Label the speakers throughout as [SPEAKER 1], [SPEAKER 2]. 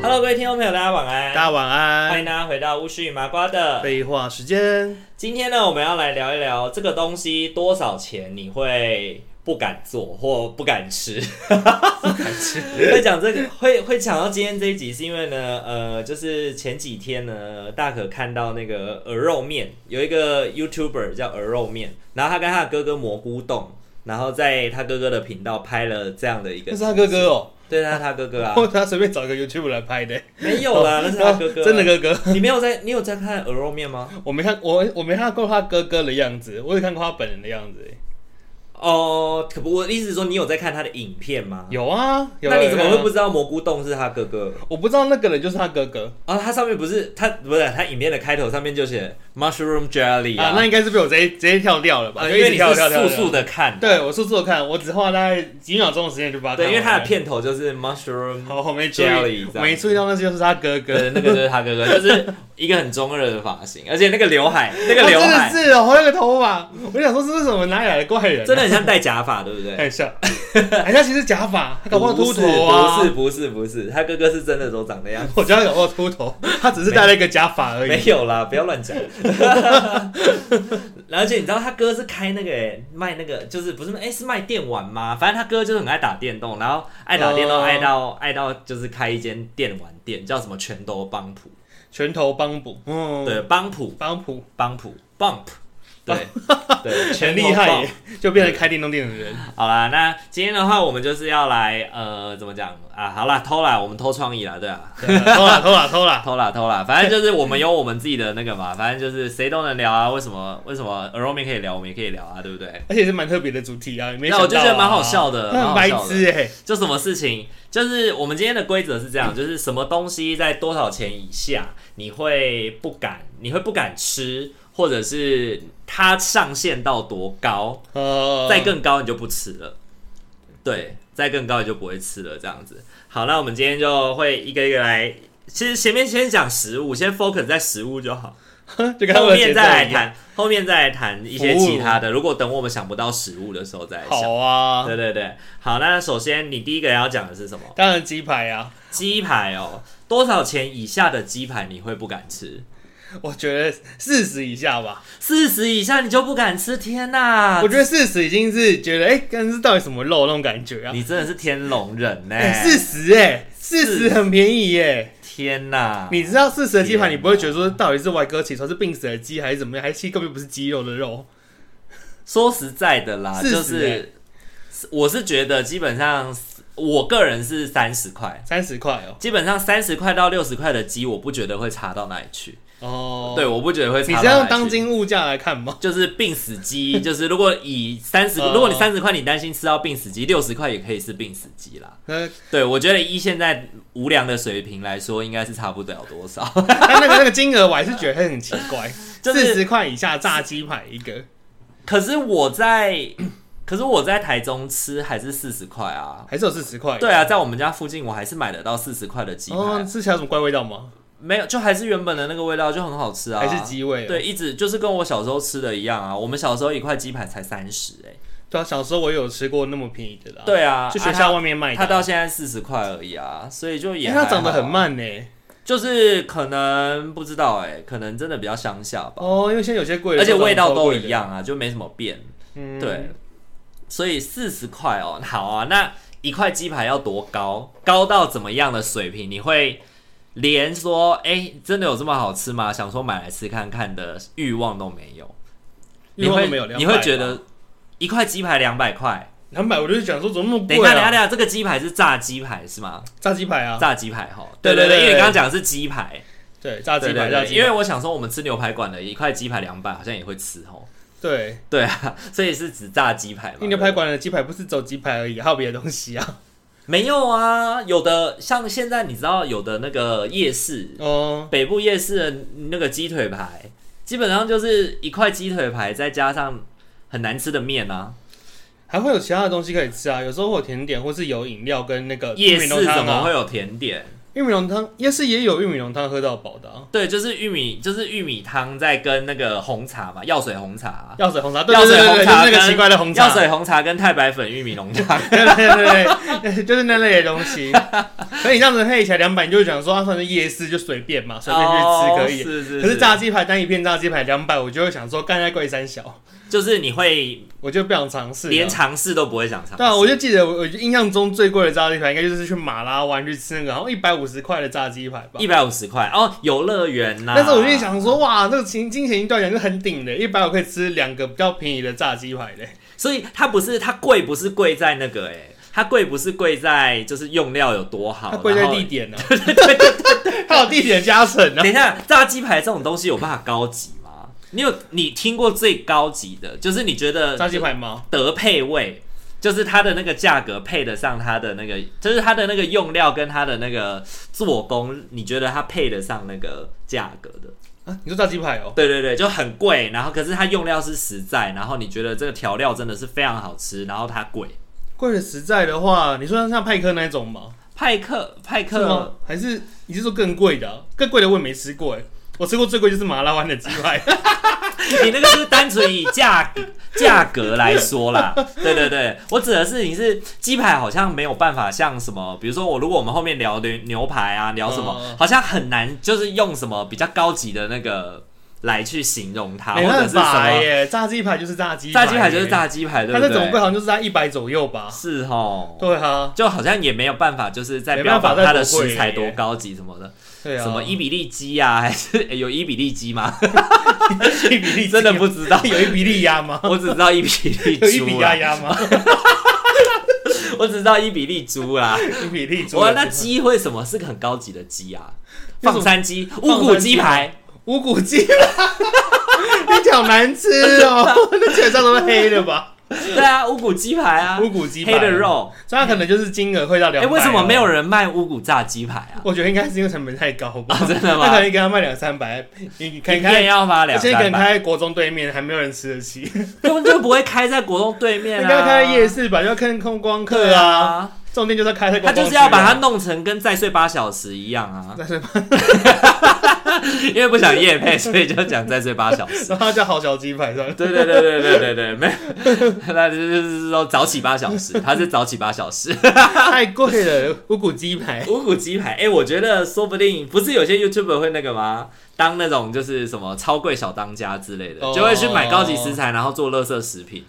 [SPEAKER 1] Hello，各位听众朋友，大家晚安。
[SPEAKER 2] 大家晚
[SPEAKER 1] 欢
[SPEAKER 2] 安
[SPEAKER 1] 迎。大家回到巫师与麻瓜的。
[SPEAKER 2] 废话时间，
[SPEAKER 1] 今天呢，我们要来聊一聊这个东西多少钱你会不敢做或不敢吃。 会讲这个，会会讲到今天这一集，是因为呢，呃，就是前几天呢，大可看到那个鹅肉面，有一个 YouTuber 叫鹅肉面，然后他跟他的哥哥蘑菇冻，然后在他哥哥的频道拍了这样的一个
[SPEAKER 2] 那，是他哥哥哦，
[SPEAKER 1] 对，那是他哥哥啊，
[SPEAKER 2] 或者他随便找一个 YouTube 来拍的，
[SPEAKER 1] 没有啦，啊那是他哥哥、
[SPEAKER 2] 哦真的。哥哥。
[SPEAKER 1] 你没有在，你有在看鹅肉面吗？
[SPEAKER 2] 我没看，我我没看过他哥哥的样子，我只看过他本人的样子。
[SPEAKER 1] 哦，可不，我的意思是说，你有在看他的影片吗？
[SPEAKER 2] 有啊，有啊。
[SPEAKER 1] 那你怎么
[SPEAKER 2] 有啊
[SPEAKER 1] 会不？知道蘑菇冻是他哥哥？
[SPEAKER 2] 我不知道那个人就是他哥哥
[SPEAKER 1] 啊、哦，他上面不是他不是他影片的开头上面就写 mushroom jelly
[SPEAKER 2] 啊，那啊应该是被我直接直接跳掉了吧？
[SPEAKER 1] 呃
[SPEAKER 2] 就
[SPEAKER 1] 因为
[SPEAKER 2] 一
[SPEAKER 1] 你
[SPEAKER 2] 直
[SPEAKER 1] 是
[SPEAKER 2] 跳跳
[SPEAKER 1] 速
[SPEAKER 2] 跳跳
[SPEAKER 1] 速的看，
[SPEAKER 2] 对我速速地看，我只花大概几秒钟的时间就把它看
[SPEAKER 1] 对，因为它
[SPEAKER 2] 完
[SPEAKER 1] 的
[SPEAKER 2] 了，
[SPEAKER 1] 片头就是 mushroom，
[SPEAKER 2] 好，我没注
[SPEAKER 1] Jelly，
[SPEAKER 2] 意
[SPEAKER 1] 这，样
[SPEAKER 2] 我没注意到那就是他哥哥。
[SPEAKER 1] 对，那个就是他 哥哥，就是一个很中二的发型，而且那个刘海，那个刘
[SPEAKER 2] 他
[SPEAKER 1] 海
[SPEAKER 2] 哦真的是哦，那个头发，我想说这是什么哪里来的怪人、啊？
[SPEAKER 1] 真的很像戴假发，对不对？
[SPEAKER 2] 很像，很哎像其实假发，他搞不好秃
[SPEAKER 1] 不是
[SPEAKER 2] 头啊
[SPEAKER 1] 不是。不是不是，他哥哥是真的都长那样，
[SPEAKER 2] 我觉得他搞不好秃头，他只是戴了一个假发而
[SPEAKER 1] 没
[SPEAKER 2] 已。
[SPEAKER 1] 有啦，不要乱讲。 而且你知道他哥是开那个、欸、卖那个，就是不是哎、是卖电玩吗？反正他哥就是很爱打电动，然后爱打电动，
[SPEAKER 2] 哦
[SPEAKER 1] 爱到爱到就是开一间电玩店，叫什么拳头帮浦，
[SPEAKER 2] 拳头帮补，嗯，
[SPEAKER 1] 对，，帮浦
[SPEAKER 2] 帮补
[SPEAKER 1] 帮浦 bump，对 对，
[SPEAKER 2] 很
[SPEAKER 1] 全
[SPEAKER 2] 厉害
[SPEAKER 1] bump
[SPEAKER 2] 耶。，就变成开电动店 的人。
[SPEAKER 1] 好啦，那今天的话，我们就是要来呃，怎么讲啊？好啦，偷啦，我们偷创意啦，对啊，
[SPEAKER 2] 偷啦偷啦偷啦，
[SPEAKER 1] 偷啦偷啦，反正就是我们有我们自己的那个嘛， 反正就是谁都能聊啊。为什么为什么 a r o m i 可以聊，我们也可以聊啊，对不对？
[SPEAKER 2] 而且是蛮特别的主题啊，没
[SPEAKER 1] 那
[SPEAKER 2] 想到啊
[SPEAKER 1] 我就觉得蛮好笑的，蛮
[SPEAKER 2] 那很
[SPEAKER 1] 好
[SPEAKER 2] 白
[SPEAKER 1] 笑的。
[SPEAKER 2] 痴哎，
[SPEAKER 1] 就什么事情，就是我们今天的规则是这样，就是什么东西在多少钱以下，你会不敢，你会不敢吃，或者是它上限到多高，
[SPEAKER 2] 呃，
[SPEAKER 1] 再更高你就不吃了，对，再更高你就不会吃了，这样子。好，那我们今天就会一个一个来。其实前面先讲食物，先 focus 在食物就好，
[SPEAKER 2] 就跟他
[SPEAKER 1] 后
[SPEAKER 2] 们的节
[SPEAKER 1] 面
[SPEAKER 2] 奏
[SPEAKER 1] 再来
[SPEAKER 2] 一样。
[SPEAKER 1] 谈，后面再来谈一些其他的。如果等我们想不到食物的时候再来想。
[SPEAKER 2] 好啊，
[SPEAKER 1] 对对对，好，那首先你第一个要讲的是什么？
[SPEAKER 2] 当然鸡排啊，
[SPEAKER 1] 鸡排哦，多少钱以下的鸡排你会不敢吃？
[SPEAKER 2] 我觉得四十以下吧。
[SPEAKER 1] 四十以下你就不敢吃？天哪！
[SPEAKER 2] 我觉得四十已经是觉得，哎、但是到底什么肉那种感觉啊？
[SPEAKER 1] 你真的是天龙人呢、
[SPEAKER 2] 哎，四十哎，四
[SPEAKER 1] 四
[SPEAKER 2] 十很便宜耶！
[SPEAKER 1] 天哪！
[SPEAKER 2] 你知道四十的鸡
[SPEAKER 1] 天啊
[SPEAKER 2] 排，你不会觉得说到底是歪哥起床是病死的鸡还是怎么样，还是其实根本不是鸡肉的肉。
[SPEAKER 1] 说实在的啦，
[SPEAKER 2] 40
[SPEAKER 1] 就是
[SPEAKER 2] 哎
[SPEAKER 1] 我是觉得基本上，我个人是三十块，
[SPEAKER 2] 三十块哦，
[SPEAKER 1] 基本上三十块到六十块的鸡，我不觉得会差到哪里去。
[SPEAKER 2] 哦，
[SPEAKER 1] 对，，我不觉得会差
[SPEAKER 2] 你
[SPEAKER 1] 到
[SPEAKER 2] 是
[SPEAKER 1] 哪
[SPEAKER 2] 要
[SPEAKER 1] 里去。
[SPEAKER 2] 当今物价来看吗？
[SPEAKER 1] 就是病死 鸡，就是如果以三十，
[SPEAKER 2] 哦
[SPEAKER 1] 如果你三十块你担心吃到病死鸡，六十块也可以是病死鸡啦。
[SPEAKER 2] 那
[SPEAKER 1] 对，我觉得以现在无良的水平来说，应该是差不了多少。
[SPEAKER 2] 呃但那个那个金额我还是觉得很奇怪，
[SPEAKER 1] 就是
[SPEAKER 2] 四十块以下炸鸡排一个，
[SPEAKER 1] 可是我在， 可是我在台中吃还是四十块啊。
[SPEAKER 2] 还是有四十块？
[SPEAKER 1] 对啊，在我们家附近，我还是买得到四十块的鸡排啊、
[SPEAKER 2] 哦，吃起来有什么怪味道吗？
[SPEAKER 1] 没有，就还是原本的那个味道，就很好吃啊。
[SPEAKER 2] 还是鸡味？
[SPEAKER 1] 对，一直就是跟我小时候吃的一样啊。我们小时候一块鸡排才三十哎，
[SPEAKER 2] 对啊，小时候我有吃过那么便宜的啦，，
[SPEAKER 1] 对啊，
[SPEAKER 2] 就学
[SPEAKER 1] 啊
[SPEAKER 2] 校外面卖
[SPEAKER 1] 它
[SPEAKER 2] 的
[SPEAKER 1] 它
[SPEAKER 2] 啊。
[SPEAKER 1] 到现在四十块而已啊，所以就也
[SPEAKER 2] 因为它
[SPEAKER 1] 还
[SPEAKER 2] 长得
[SPEAKER 1] 好
[SPEAKER 2] 很
[SPEAKER 1] 啊，
[SPEAKER 2] 慢呢、
[SPEAKER 1] 就是可能不知道哎、可能真的比较乡下吧，
[SPEAKER 2] 哦，因为现在有些贵的，
[SPEAKER 1] 而且味道都一。样啊，就没什么变。
[SPEAKER 2] 嗯，
[SPEAKER 1] 对，所以四十块哦，好啊，那一块鸡排要多高？高到怎么样的水平？你会连说，哎、真的有这么好吃吗？想说买来吃看看的欲望都没有。
[SPEAKER 2] 欲
[SPEAKER 1] 你
[SPEAKER 2] 望都
[SPEAKER 1] 会
[SPEAKER 2] 没有200
[SPEAKER 1] 你会觉
[SPEAKER 2] 吧
[SPEAKER 1] 得一块鸡排两百块？
[SPEAKER 2] 两百，我就是想说怎么那么
[SPEAKER 1] 等
[SPEAKER 2] 贵、
[SPEAKER 1] 一下，
[SPEAKER 2] 啊？
[SPEAKER 1] 等一下，等一下，这个鸡排是炸鸡排是吗？
[SPEAKER 2] 炸鸡排啊，
[SPEAKER 1] 炸鸡排哈，
[SPEAKER 2] 对
[SPEAKER 1] 对
[SPEAKER 2] 对对
[SPEAKER 1] 因为你刚刚讲的是鸡排，
[SPEAKER 2] 对，炸鸡
[SPEAKER 1] 对
[SPEAKER 2] 排，
[SPEAKER 1] 对
[SPEAKER 2] 炸
[SPEAKER 1] 对，
[SPEAKER 2] 鸡
[SPEAKER 1] 因
[SPEAKER 2] 排，
[SPEAKER 1] 为我想说我们吃牛排馆的一块鸡排两百，好像也会吃吼。
[SPEAKER 2] 对，
[SPEAKER 1] 对啊， 所以是指炸鸡排嘛？
[SPEAKER 2] 印牛
[SPEAKER 1] 对
[SPEAKER 2] 排
[SPEAKER 1] 不对
[SPEAKER 2] 馆的鸡排不是走鸡排而已，还有别的东 西啊。
[SPEAKER 1] 没有啊，有的像现在你知道有的那个夜市，
[SPEAKER 2] 哦，
[SPEAKER 1] 北部夜市的那个鸡腿排，基本上就是一块鸡腿排再加上很难吃的面啊，
[SPEAKER 2] 还会有其他的东西可以吃啊，有时候会有甜点，或是有饮料跟那个
[SPEAKER 1] 夜
[SPEAKER 2] 玉米浓
[SPEAKER 1] 市怎
[SPEAKER 2] 汤
[SPEAKER 1] 么
[SPEAKER 2] 啊。
[SPEAKER 1] 会有甜点？
[SPEAKER 2] 玉米浓汤夜市也有玉米浓汤喝到饱的、啊，
[SPEAKER 1] 对，就是玉米，就是玉米汤在跟那个红茶嘛，药水红茶啊、
[SPEAKER 2] 药水红茶，对
[SPEAKER 1] 药
[SPEAKER 2] 对
[SPEAKER 1] 水
[SPEAKER 2] 对
[SPEAKER 1] 红
[SPEAKER 2] 对，就
[SPEAKER 1] 茶
[SPEAKER 2] 是那个
[SPEAKER 1] 跟
[SPEAKER 2] 奇怪的红茶，
[SPEAKER 1] 药水红茶跟太白粉玉米浓汤。
[SPEAKER 2] 对对对对，就是那类的 东西。所以你这样子配起来两百，你就会想说，啊，反正夜市就随便嘛，随便去 吃可以。啊
[SPEAKER 1] 哦是是
[SPEAKER 2] 可是炸鸡排单一片炸鸡排两百，我就会想说，干在贵三小，
[SPEAKER 1] 就是你会
[SPEAKER 2] 我就不想尝试啊。
[SPEAKER 1] 连尝试都不会想尝试。
[SPEAKER 2] 对啊，我就记得我我印象中最贵的炸鸡排应该就是去马拉湾去吃那个，好像一百五十块的炸鸡排吧。
[SPEAKER 1] 一百五十块哦，游乐园呐。
[SPEAKER 2] 但是我就想说，哇，这个金金钱一段讲是很顶的，一百我可以吃两个比较便宜的炸鸡排嘞。
[SPEAKER 1] 所以它不是它贵，不是贵在那个哎、它贵不是贵在就是用料有多好，
[SPEAKER 2] 它贵在
[SPEAKER 1] 然后
[SPEAKER 2] 地。点呢、啊， 它有地点加成 呢、
[SPEAKER 1] 等一下，炸鸡排这种东西有办法高级吗？你有你听过最高级的，就是你觉得
[SPEAKER 2] 炸鸡排吗？
[SPEAKER 1] 德配位，就是它的那个价格配得上它的那个，就是它的那个用料跟它的那个做工，你觉得它配得上那个价格的？
[SPEAKER 2] 啊，你说炸鸡排哦、
[SPEAKER 1] 对对对，就很贵，然后可是它用料是实在，然后你觉得这个调料真的是非常好吃，然后它贵。
[SPEAKER 2] 贵的实在的话，你说像派克那一种吗？
[SPEAKER 1] 派克派
[SPEAKER 2] 是吗
[SPEAKER 1] 克，？
[SPEAKER 2] 还是你是说更贵的啊、更贵的我也没吃过哎、我吃过最贵就是麻辣湾的鸡 排，
[SPEAKER 1] 你那个是单纯以价价格来说啦，对对对，我指的是你是鸡排好像没有办法像什么，比如说我如果我们后面聊的牛排啊，聊什么，
[SPEAKER 2] 嗯
[SPEAKER 1] 好像很难就是用什么比较高级的那个来去形容它，或
[SPEAKER 2] 没
[SPEAKER 1] 者
[SPEAKER 2] 办
[SPEAKER 1] 是什
[SPEAKER 2] 法
[SPEAKER 1] 么
[SPEAKER 2] 耶、炸鸡排就是炸鸡排
[SPEAKER 1] 炸
[SPEAKER 2] 耶、
[SPEAKER 1] 鸡排就是炸鸡排，对
[SPEAKER 2] 它
[SPEAKER 1] 不
[SPEAKER 2] 再怎么
[SPEAKER 1] 对？
[SPEAKER 2] 贵好像就是在一百左右吧。
[SPEAKER 1] 是哦，
[SPEAKER 2] 对啊，
[SPEAKER 1] 就好像也没有办法，就是在
[SPEAKER 2] 没
[SPEAKER 1] 标
[SPEAKER 2] 办法
[SPEAKER 1] 榜它
[SPEAKER 2] 再
[SPEAKER 1] 的
[SPEAKER 2] 多贵
[SPEAKER 1] 食材多
[SPEAKER 2] 耶
[SPEAKER 1] 高级什么的，
[SPEAKER 2] 对啊，
[SPEAKER 1] 什 么伊比利鸡啊，还是、诶有伊比利鸡吗？
[SPEAKER 2] 一比例，
[SPEAKER 1] 真的不知道
[SPEAKER 2] 有一比例鸭 吗？
[SPEAKER 1] 我只知道伊比利
[SPEAKER 2] 有一比啊
[SPEAKER 1] 猪
[SPEAKER 2] 鸭
[SPEAKER 1] 啦，
[SPEAKER 2] 鸭吗？
[SPEAKER 1] 我只知道伊比利猪啦。
[SPEAKER 2] 一比例 猪
[SPEAKER 1] 哇，
[SPEAKER 2] 的
[SPEAKER 1] 那
[SPEAKER 2] 鸡排
[SPEAKER 1] 鸡会什么是个很高级的鸡啊？
[SPEAKER 2] 那
[SPEAKER 1] 放
[SPEAKER 2] 种
[SPEAKER 1] 山鸡、
[SPEAKER 2] 放
[SPEAKER 1] 乌骨
[SPEAKER 2] 山
[SPEAKER 1] 鸡
[SPEAKER 2] 鸡
[SPEAKER 1] 排，
[SPEAKER 2] 无骨鸡啦， 你脚难吃哦、 那基本上都是黑的吧？
[SPEAKER 1] 对啊，乌骨鸡排 啊，
[SPEAKER 2] 无骨鸡排
[SPEAKER 1] 黑的，肉。
[SPEAKER 2] 所以它可能就是金额会到
[SPEAKER 1] 哎、
[SPEAKER 2] 两百、哦
[SPEAKER 1] 为什么没有？人卖乌骨炸鸡排啊？
[SPEAKER 2] 我觉得应该是因为成本太高吧。
[SPEAKER 1] 啊，真的
[SPEAKER 2] 那可
[SPEAKER 1] 吗？
[SPEAKER 2] 能给他卖两三百，你你可
[SPEAKER 1] 一
[SPEAKER 2] 能
[SPEAKER 1] 片
[SPEAKER 2] 开，
[SPEAKER 1] 要发
[SPEAKER 2] 而
[SPEAKER 1] 两
[SPEAKER 2] 且你可
[SPEAKER 1] 三
[SPEAKER 2] 能
[SPEAKER 1] 百，
[SPEAKER 2] 开在国中对面，还没有人吃得起。
[SPEAKER 1] 根本就不会开在国中对面
[SPEAKER 2] 应
[SPEAKER 1] 啊。
[SPEAKER 2] 该开在夜市 吧，就要看空光
[SPEAKER 1] 对
[SPEAKER 2] 客啊。
[SPEAKER 1] 啊，
[SPEAKER 2] 重点就是要开在
[SPEAKER 1] 他
[SPEAKER 2] 观光
[SPEAKER 1] 就是
[SPEAKER 2] 区
[SPEAKER 1] 要把它
[SPEAKER 2] 啊
[SPEAKER 1] 弄成跟再睡八小时一样啊，
[SPEAKER 2] 再睡
[SPEAKER 1] 因为不想夜配，所以就讲再睡八小时。
[SPEAKER 2] 然后它叫好小鸡 排算了。
[SPEAKER 1] 对对对对对对对，没， 那就是说早起八小时，他是早起八小时。
[SPEAKER 2] 太贵了， 五谷鸡排。
[SPEAKER 1] 五谷鸡排，哎、我觉得说不定不是有些 YouTuber 会那个吗？当那种就是什么超贵小当家之类的，
[SPEAKER 2] 哦
[SPEAKER 1] 就会去买高级食材，然后做垃圾食品。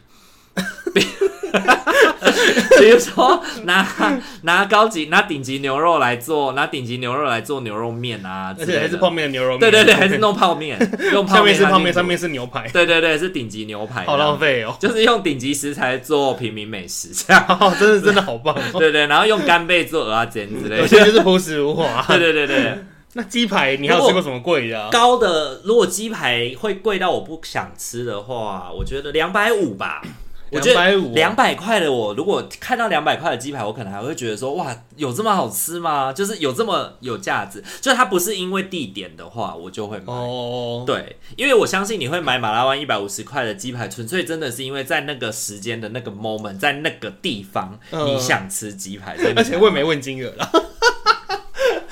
[SPEAKER 1] 比比如说拿拿高级拿顶级牛肉来做，拿顶级牛肉来做牛肉面啊之
[SPEAKER 2] 而
[SPEAKER 1] 类
[SPEAKER 2] 且
[SPEAKER 1] 的，
[SPEAKER 2] 还是泡面的牛肉面，
[SPEAKER 1] 对对对，还是弄泡面，用泡
[SPEAKER 2] 下面
[SPEAKER 1] 面
[SPEAKER 2] 是泡
[SPEAKER 1] 当底
[SPEAKER 2] 面，上面是牛排，
[SPEAKER 1] 对对对是顶级牛排，
[SPEAKER 2] 好浪，费哦！
[SPEAKER 1] 就是用顶级食材做平民美食这样，
[SPEAKER 2] 哦，真的真的好棒哦，
[SPEAKER 1] 对对，然后用干贝做鹅仔煎之类
[SPEAKER 2] 有
[SPEAKER 1] 的，
[SPEAKER 2] 些就是朴实无华。
[SPEAKER 1] 对对对对。
[SPEAKER 2] 那鸡排你还有吃过什么贵的啊？
[SPEAKER 1] 高的，如果鸡排会贵到我不想吃的话，我觉得两百五吧。我觉得
[SPEAKER 2] 250
[SPEAKER 1] 两百块的我，如果看到两百块的鸡排，我可能还会觉得说，哇，有这么好吃吗？就是有这么有价值，就它不是因为地点的话，我就会买。
[SPEAKER 2] 哦，
[SPEAKER 1] 对，因为我相信你会买马拉湾一百五十块的鸡排，纯粹真的是因为在那个时间的那个 moment，在那个地方、
[SPEAKER 2] 嗯
[SPEAKER 1] 你想吃鸡排，所以你
[SPEAKER 2] 而且
[SPEAKER 1] 才
[SPEAKER 2] 我也没问金额啦，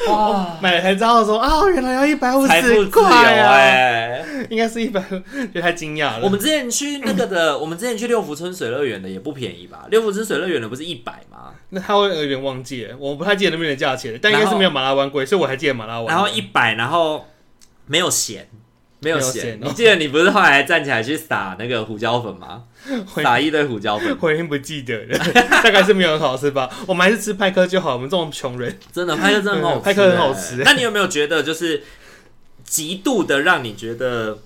[SPEAKER 1] 哇，
[SPEAKER 2] 买了才知道说啊，原来要一百五
[SPEAKER 1] 财富
[SPEAKER 2] 十
[SPEAKER 1] 自由
[SPEAKER 2] 块啊，
[SPEAKER 1] 哎、
[SPEAKER 2] 应该是一百，觉得太惊讶了。
[SPEAKER 1] 我们之前去那个 的，我们之前去六福村水乐园的也不便宜吧？六福村水乐园的不是一百吗？
[SPEAKER 2] 那他会有点忘记了，我不太记得那边的价钱，但应该是没有马拉湾贵，所以我还记得马拉湾。
[SPEAKER 1] 然后一百，然后没有咸，没有
[SPEAKER 2] 没有
[SPEAKER 1] 咸
[SPEAKER 2] 咸。哦
[SPEAKER 1] 你记得你不是后来还站起来去撒那个胡椒粉 吗？
[SPEAKER 2] 我
[SPEAKER 1] 撒一堆胡椒粉，
[SPEAKER 2] 我已经不记得了， 大概是没有很好吃吧。我们还是吃派克就好，我们这种穷人。
[SPEAKER 1] 真的派克真的很 好吃、
[SPEAKER 2] 派克很好吃
[SPEAKER 1] 欸那你有没有觉得就是极度的让你觉得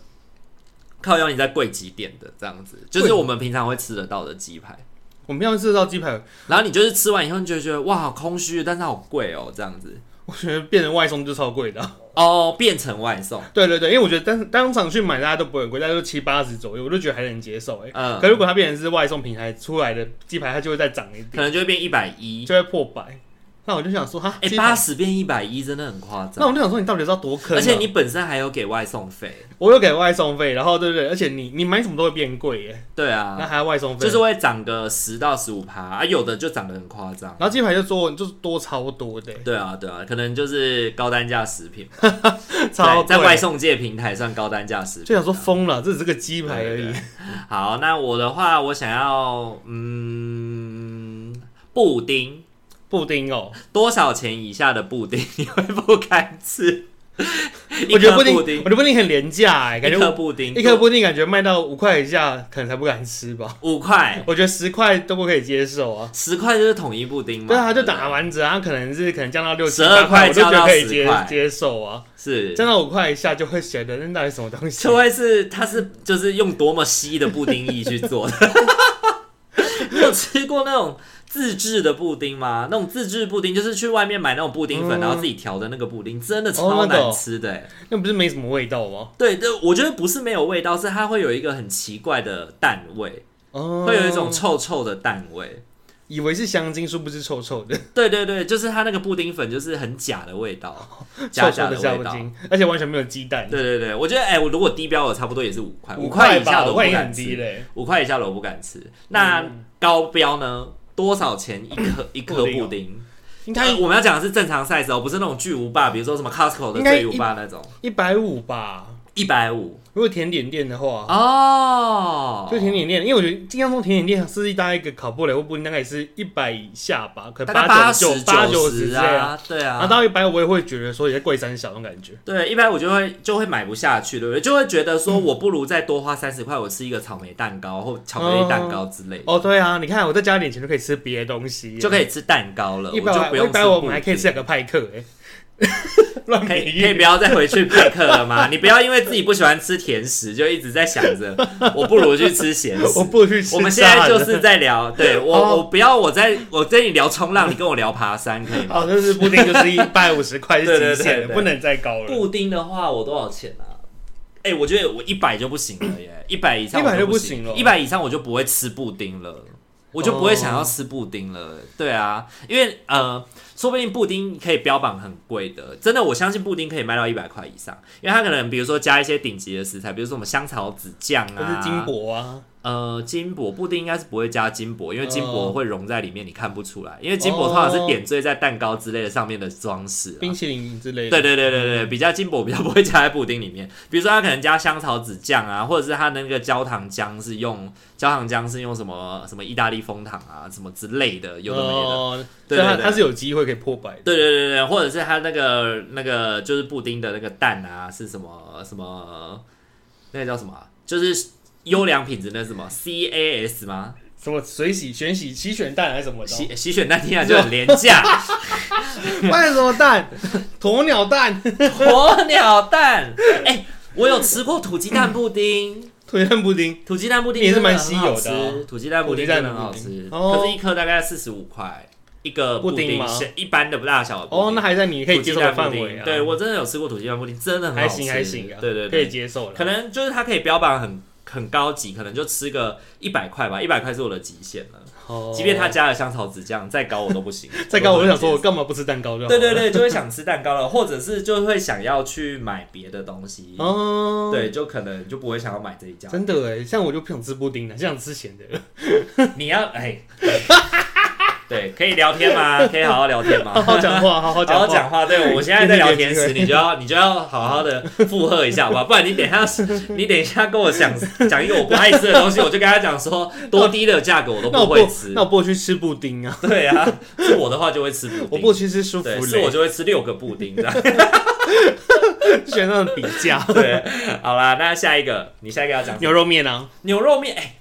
[SPEAKER 1] 靠腰你在贵几点的这样子？就是我们平常会吃得到的鸡排。
[SPEAKER 2] 我们平常吃得到鸡排，
[SPEAKER 1] 然后你就是吃完以后，你就会觉得哇，好空虚，但是好贵哦，这样子
[SPEAKER 2] 我觉得变成外送就超贵的啊、
[SPEAKER 1] 哦，变成外送，
[SPEAKER 2] 对对对，因为我觉得当当场去买大家都不会很贵，大家都七八十左右，我就觉得还能接受哎、
[SPEAKER 1] 嗯，
[SPEAKER 2] 可如果它变成是外送平台出来的鸡排，它就会再涨一
[SPEAKER 1] 可
[SPEAKER 2] 点，
[SPEAKER 1] 能就会变一百一，
[SPEAKER 2] 就会破百。那我就想说哈，
[SPEAKER 1] 哎、
[SPEAKER 2] 鸡排
[SPEAKER 1] 八十变一百一真的很夸
[SPEAKER 2] 那我
[SPEAKER 1] 张，
[SPEAKER 2] 就想说你到底是要多坑啊、
[SPEAKER 1] 而且你本身还有给外送 费，
[SPEAKER 2] 我有给外送费，然后对不对？而且你你买什么都会变贵耶，
[SPEAKER 1] 对
[SPEAKER 2] 那
[SPEAKER 1] 啊，
[SPEAKER 2] 还要外送费，
[SPEAKER 1] 就是会涨个十到十五趴，啊，有的就涨得很夸张。
[SPEAKER 2] 然后鸡排就做就是多超 多的耶，
[SPEAKER 1] 对啊，对啊，可能就是高单价食品，
[SPEAKER 2] 超
[SPEAKER 1] 在在
[SPEAKER 2] 贵
[SPEAKER 1] 外送界平台算高单价食品啊。
[SPEAKER 2] 就想说疯了，这只是个鸡排而
[SPEAKER 1] 对
[SPEAKER 2] 已。
[SPEAKER 1] 好，那我的话，我想要嗯，布丁
[SPEAKER 2] 布丁哦，
[SPEAKER 1] 多少钱以下的布丁你会不敢吃？一
[SPEAKER 2] 我觉得
[SPEAKER 1] 颗
[SPEAKER 2] 布丁，
[SPEAKER 1] 布
[SPEAKER 2] 我
[SPEAKER 1] 丁，
[SPEAKER 2] 觉得布丁很廉价哎，感
[SPEAKER 1] 一
[SPEAKER 2] 觉
[SPEAKER 1] 颗布丁，
[SPEAKER 2] 一颗布丁感觉卖到五块以下，可能才不敢吃吧。
[SPEAKER 1] 五块，
[SPEAKER 2] 我觉得十块都不可以接受啊。
[SPEAKER 1] 十块就是统一布丁嘛。
[SPEAKER 2] 对啊，就
[SPEAKER 1] 不
[SPEAKER 2] 打完折，然后可能是可能降到六七
[SPEAKER 1] 12
[SPEAKER 2] 八
[SPEAKER 1] 块
[SPEAKER 2] 我就觉
[SPEAKER 1] 降
[SPEAKER 2] 得
[SPEAKER 1] 到
[SPEAKER 2] 可以
[SPEAKER 1] 10
[SPEAKER 2] 接
[SPEAKER 1] 块
[SPEAKER 2] 接受啊。
[SPEAKER 1] 是，
[SPEAKER 2] 降到五块以下就会觉得那到底什么东西
[SPEAKER 1] 就？会是它是就是用多么稀的布丁液去做 的。你有吃过那种自制的布丁吗？那种自制布丁就是去外面买那种布丁粉，
[SPEAKER 2] 嗯
[SPEAKER 1] 然后自己调的那个布丁，真的
[SPEAKER 2] 哦
[SPEAKER 1] 超
[SPEAKER 2] 那个哦
[SPEAKER 1] 难吃的、欸。
[SPEAKER 2] 那不是没什么味道吗？
[SPEAKER 1] 对对，我觉得不是没有味道，是它会有一个很奇怪的蛋味，
[SPEAKER 2] 哦，
[SPEAKER 1] 会有一种臭臭的蛋味。
[SPEAKER 2] 以为是香精，殊不知臭臭的，
[SPEAKER 1] 对对对，就是它那个布丁粉就是很假的味道，假
[SPEAKER 2] 臭臭
[SPEAKER 1] 假
[SPEAKER 2] 的
[SPEAKER 1] 味
[SPEAKER 2] 香
[SPEAKER 1] 道。
[SPEAKER 2] 精，而且完全没有鸡蛋。
[SPEAKER 1] 对对对，我觉得哎、我如果低标我差不多也是五块，
[SPEAKER 2] 五
[SPEAKER 1] 块以下
[SPEAKER 2] 吧，
[SPEAKER 1] 的我
[SPEAKER 2] 五块
[SPEAKER 1] 不
[SPEAKER 2] 也
[SPEAKER 1] 敢
[SPEAKER 2] 很低
[SPEAKER 1] 吃，
[SPEAKER 2] 嘞。
[SPEAKER 1] 五块以下的我不敢吃。那高标呢？多少钱一颗一颗
[SPEAKER 2] 布丁哦
[SPEAKER 1] 布丁？
[SPEAKER 2] 应
[SPEAKER 1] 但
[SPEAKER 2] 该
[SPEAKER 1] 我们要讲的是正常 size 哦，不是那种巨无霸，比如说什么 Costco 的
[SPEAKER 2] 应该
[SPEAKER 1] 最无霸那种，
[SPEAKER 2] 一百五吧。
[SPEAKER 1] 一百五
[SPEAKER 2] 如果甜点店的话，
[SPEAKER 1] 哦，
[SPEAKER 2] 就甜点店，因为我觉得印象中甜点店是一概一个烤布雷或布丁大概也是一百以下吧，可能
[SPEAKER 1] 大概
[SPEAKER 2] 八
[SPEAKER 1] 十
[SPEAKER 2] 九八九
[SPEAKER 1] 九
[SPEAKER 2] 十
[SPEAKER 1] 十
[SPEAKER 2] 这样。
[SPEAKER 1] 啊，对
[SPEAKER 2] 然后
[SPEAKER 1] 啊，
[SPEAKER 2] 到一百五，我也会觉得说也是贵三小那种感觉。
[SPEAKER 1] 对，一百五就会就会买不下去，对不对？就会觉得说我不如再多花三十块，我吃一个草莓蛋糕或巧克力蛋糕之类的，
[SPEAKER 2] 哦，对啊，你看我再加点钱就可以吃别的东西，
[SPEAKER 1] 就可
[SPEAKER 2] 以
[SPEAKER 1] 以吃蛋糕了，我
[SPEAKER 2] 一
[SPEAKER 1] 就
[SPEAKER 2] 百
[SPEAKER 1] 不
[SPEAKER 2] 五，一
[SPEAKER 1] 用吃
[SPEAKER 2] 百五我
[SPEAKER 1] 布
[SPEAKER 2] 们还可以吃
[SPEAKER 1] 丁。
[SPEAKER 2] 两个派克 哎，乱
[SPEAKER 1] 可
[SPEAKER 2] 比
[SPEAKER 1] 以可以
[SPEAKER 2] 喻。
[SPEAKER 1] 不要再回去派克了吗？你不要因为自己不喜欢吃甜食，就一直在想着我不如去吃咸食。
[SPEAKER 2] 我不去吃。
[SPEAKER 1] 我们现在就是。在聊，对我、
[SPEAKER 2] 哦
[SPEAKER 1] 我不要我在我跟你聊冲浪，你跟我聊爬山可以吗？
[SPEAKER 2] 哦，就是布丁就是一百五十块
[SPEAKER 1] 对
[SPEAKER 2] 是
[SPEAKER 1] 对对
[SPEAKER 2] 极限了，
[SPEAKER 1] 对
[SPEAKER 2] 不能再高了。啊
[SPEAKER 1] 布丁的话，我多少钱啊？哎、我觉得我一百就不行了 耶，一百以上
[SPEAKER 2] 100
[SPEAKER 1] 我
[SPEAKER 2] 就不
[SPEAKER 1] 不
[SPEAKER 2] 行了
[SPEAKER 1] 一百以上我就不会吃布丁了，我就不会
[SPEAKER 2] 哦
[SPEAKER 1] 想要吃布丁了。对啊，因为呃，说不定布丁可以标榜很贵的，真的，我相信布丁可以卖到一百块以上，因为它可能比如说加一些顶级的食材，比如说我们香草籽酱
[SPEAKER 2] 可
[SPEAKER 1] 啊，
[SPEAKER 2] 是金箔啊，
[SPEAKER 1] 呃，金箔布丁应该是不会加金箔，因
[SPEAKER 2] 哦
[SPEAKER 1] 为金箔会融在里面，你看不出来。因为金箔通常是点缀在蛋糕之类的上面的装饰、啊。
[SPEAKER 2] 冰淇淋之类的。
[SPEAKER 1] 对对对对对，比较金箔比较不会加在布丁里面。比如说，它可能加香草籽酱啊，或者是它那个焦糖浆是用焦糖浆是用什么什么意大利枫糖啊什么之类的，有的没的。
[SPEAKER 2] 哦
[SPEAKER 1] 对
[SPEAKER 2] 所以
[SPEAKER 1] 对
[SPEAKER 2] 它
[SPEAKER 1] 对
[SPEAKER 2] 它是有机会可以破百的。
[SPEAKER 1] 对对对对，或者是它那个那个就是布丁的那个蛋啊，是什么什么那个叫什么啊、就是优良品质那是什么 CAS 吗？
[SPEAKER 2] 什么水洗、选洗、洗选蛋还是什么的？
[SPEAKER 1] 洗洗选蛋听起来就很廉价，
[SPEAKER 2] 卖什么蛋？ 鸵鸟蛋、
[SPEAKER 1] 鸵鸟蛋。哎、我有吃过土鸡蛋布丁，
[SPEAKER 2] 腿蛋布丁，
[SPEAKER 1] 土鸡蛋布丁
[SPEAKER 2] 也是蛮
[SPEAKER 1] 真很好
[SPEAKER 2] 稀有的啊
[SPEAKER 1] 吃土鸡蛋布丁真的很好
[SPEAKER 2] 土鸡
[SPEAKER 1] 吃，
[SPEAKER 2] 蛋布丁哦
[SPEAKER 1] 可是一颗大概四十五块一个
[SPEAKER 2] 布
[SPEAKER 1] 布
[SPEAKER 2] 丁
[SPEAKER 1] 丁
[SPEAKER 2] 吗，
[SPEAKER 1] 是一般的大小的布丁。
[SPEAKER 2] 哦，那还在你可以接受的范
[SPEAKER 1] 土鸡蛋布
[SPEAKER 2] 围
[SPEAKER 1] 丁
[SPEAKER 2] 啊。
[SPEAKER 1] 对，我真的有吃过土鸡蛋布丁，真的很好
[SPEAKER 2] 还
[SPEAKER 1] 吃，
[SPEAKER 2] 行还行啊，
[SPEAKER 1] 对对
[SPEAKER 2] 可以
[SPEAKER 1] 对，
[SPEAKER 2] 接受了。
[SPEAKER 1] 可能就是它可以标榜很很高级，可能就吃个一百块吧，一百块是我的极限了。
[SPEAKER 2] 哦
[SPEAKER 1] 即便它加了香草籽酱，再高我都不行
[SPEAKER 2] 。再高，我就想
[SPEAKER 1] 很
[SPEAKER 2] 说，我干嘛不吃蛋糕就好？
[SPEAKER 1] 对对，对，就会想吃蛋糕了，或者是就会想要去买别的东西，
[SPEAKER 2] 哦，，
[SPEAKER 1] 对，就可能就不会想要买这一家。
[SPEAKER 2] 真的哎，像我就不想吃布丁了，就想吃 咸的。
[SPEAKER 1] 你要哎，对，可以聊天 吗？可以好好聊天吗？
[SPEAKER 2] 好好讲话，好好
[SPEAKER 1] 好
[SPEAKER 2] 讲
[SPEAKER 1] 好
[SPEAKER 2] 话。
[SPEAKER 1] 讲话，对我现在在聊天时，你就要你就要好好的附和一下，好吧？不然你等一下 你等一下跟我讲讲一个我不爱吃的东西，我就跟他讲说多低的价格我都
[SPEAKER 2] 那我
[SPEAKER 1] 不
[SPEAKER 2] 不
[SPEAKER 1] 会吃
[SPEAKER 2] 那。我不去吃布丁啊，
[SPEAKER 1] 对啊，是我的话就会吃布
[SPEAKER 2] 我
[SPEAKER 1] 丁，
[SPEAKER 2] 不去吃舒芙
[SPEAKER 1] 对，是我
[SPEAKER 2] 蕾，
[SPEAKER 1] 就会吃六个布丁 这样。
[SPEAKER 2] 选那种底价
[SPEAKER 1] 对，好啦，那下一个你下一个要讲什么
[SPEAKER 2] 牛肉面啊，
[SPEAKER 1] 牛肉面，哎、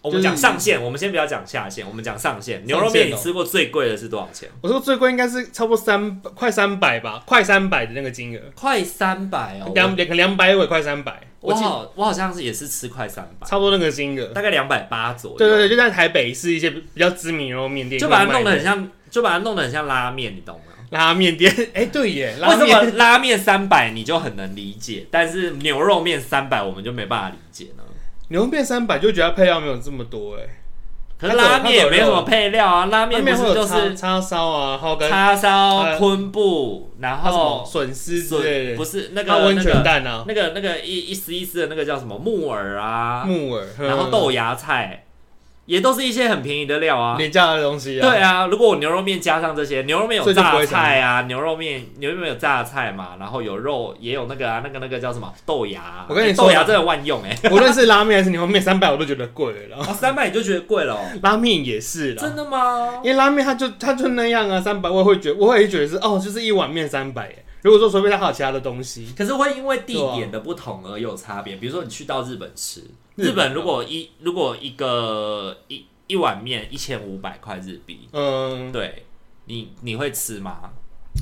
[SPEAKER 1] 我们
[SPEAKER 2] 就是
[SPEAKER 1] 讲上限，我们先不要讲下限，我们讲上限。
[SPEAKER 2] 限
[SPEAKER 1] 牛肉面
[SPEAKER 2] 哦
[SPEAKER 1] 你吃过最贵的是多少钱？
[SPEAKER 2] 我说最贵应该是差不多三快三百吧，快三百的那个金额，
[SPEAKER 1] 快三百哦
[SPEAKER 2] 两两两百尾快三百，
[SPEAKER 1] 我
[SPEAKER 2] 我记
[SPEAKER 1] 好我好像是也是吃快三百，
[SPEAKER 2] 差不多那个金额。
[SPEAKER 1] 大概两百八左右。
[SPEAKER 2] 对对对，就在台北市一些比较知名牛肉面店，
[SPEAKER 1] 就把它
[SPEAKER 2] 慢慢
[SPEAKER 1] 弄得
[SPEAKER 2] 卖
[SPEAKER 1] 很像，就把它弄得很像拉面，你懂吗？
[SPEAKER 2] 拉面店。哎，对耶，拉
[SPEAKER 1] 为什
[SPEAKER 2] 面
[SPEAKER 1] 么拉面三百你就很能理解，但是牛肉面三百我们就没办法理解呢？
[SPEAKER 2] 牛肉面三百就觉得它配料没有这么多哎，
[SPEAKER 1] 可是拉面也没什么配料啊，拉面不
[SPEAKER 2] 面会
[SPEAKER 1] 是
[SPEAKER 2] 有
[SPEAKER 1] 就是
[SPEAKER 2] 叉叉烧啊，还有跟
[SPEAKER 1] 叉烧、
[SPEAKER 2] 呃
[SPEAKER 1] 昆布，然
[SPEAKER 2] 还有什
[SPEAKER 1] 后
[SPEAKER 2] 么笋丝之类
[SPEAKER 1] 笋
[SPEAKER 2] 的，
[SPEAKER 1] 不是那
[SPEAKER 2] 还有
[SPEAKER 1] 个
[SPEAKER 2] 温
[SPEAKER 1] 那
[SPEAKER 2] 泉
[SPEAKER 1] 个
[SPEAKER 2] 蛋啊，
[SPEAKER 1] 那个那个一一丝一丝的那个叫什么木耳啊，
[SPEAKER 2] 木嗯耳，
[SPEAKER 1] 然后豆芽菜，也都是一些很便宜的料啊。
[SPEAKER 2] 廉价的东西啊。
[SPEAKER 1] 对啊，如果我牛肉面加上这些，牛肉面有
[SPEAKER 2] 所以就不
[SPEAKER 1] 榨
[SPEAKER 2] 会
[SPEAKER 1] 菜啊，牛肉面牛肉面有榨菜嘛，然后有肉，也有那个啊，那个那个叫什么豆芽啊，
[SPEAKER 2] 我跟你
[SPEAKER 1] 欸
[SPEAKER 2] 说
[SPEAKER 1] 豆芽真的万用哎、
[SPEAKER 2] 无论是拉面还是牛肉面，三百我都觉得贵了。
[SPEAKER 1] 哦，三百你就觉得贵了、哦？
[SPEAKER 2] 拉面也是 啦
[SPEAKER 1] 真，的吗
[SPEAKER 2] 因？为拉面它就它就那样啊，三百我也会觉我也觉得是哦，就是一碗面三百耶。如果说随便它还有其他的东西，
[SPEAKER 1] 可是会因为地点的不同而有差别，比如说你去到日本吃，
[SPEAKER 2] 日本啊
[SPEAKER 1] 日本如果一如果一个一一碗面一千五百块日币，
[SPEAKER 2] 嗯，
[SPEAKER 1] 对你你会吃吗？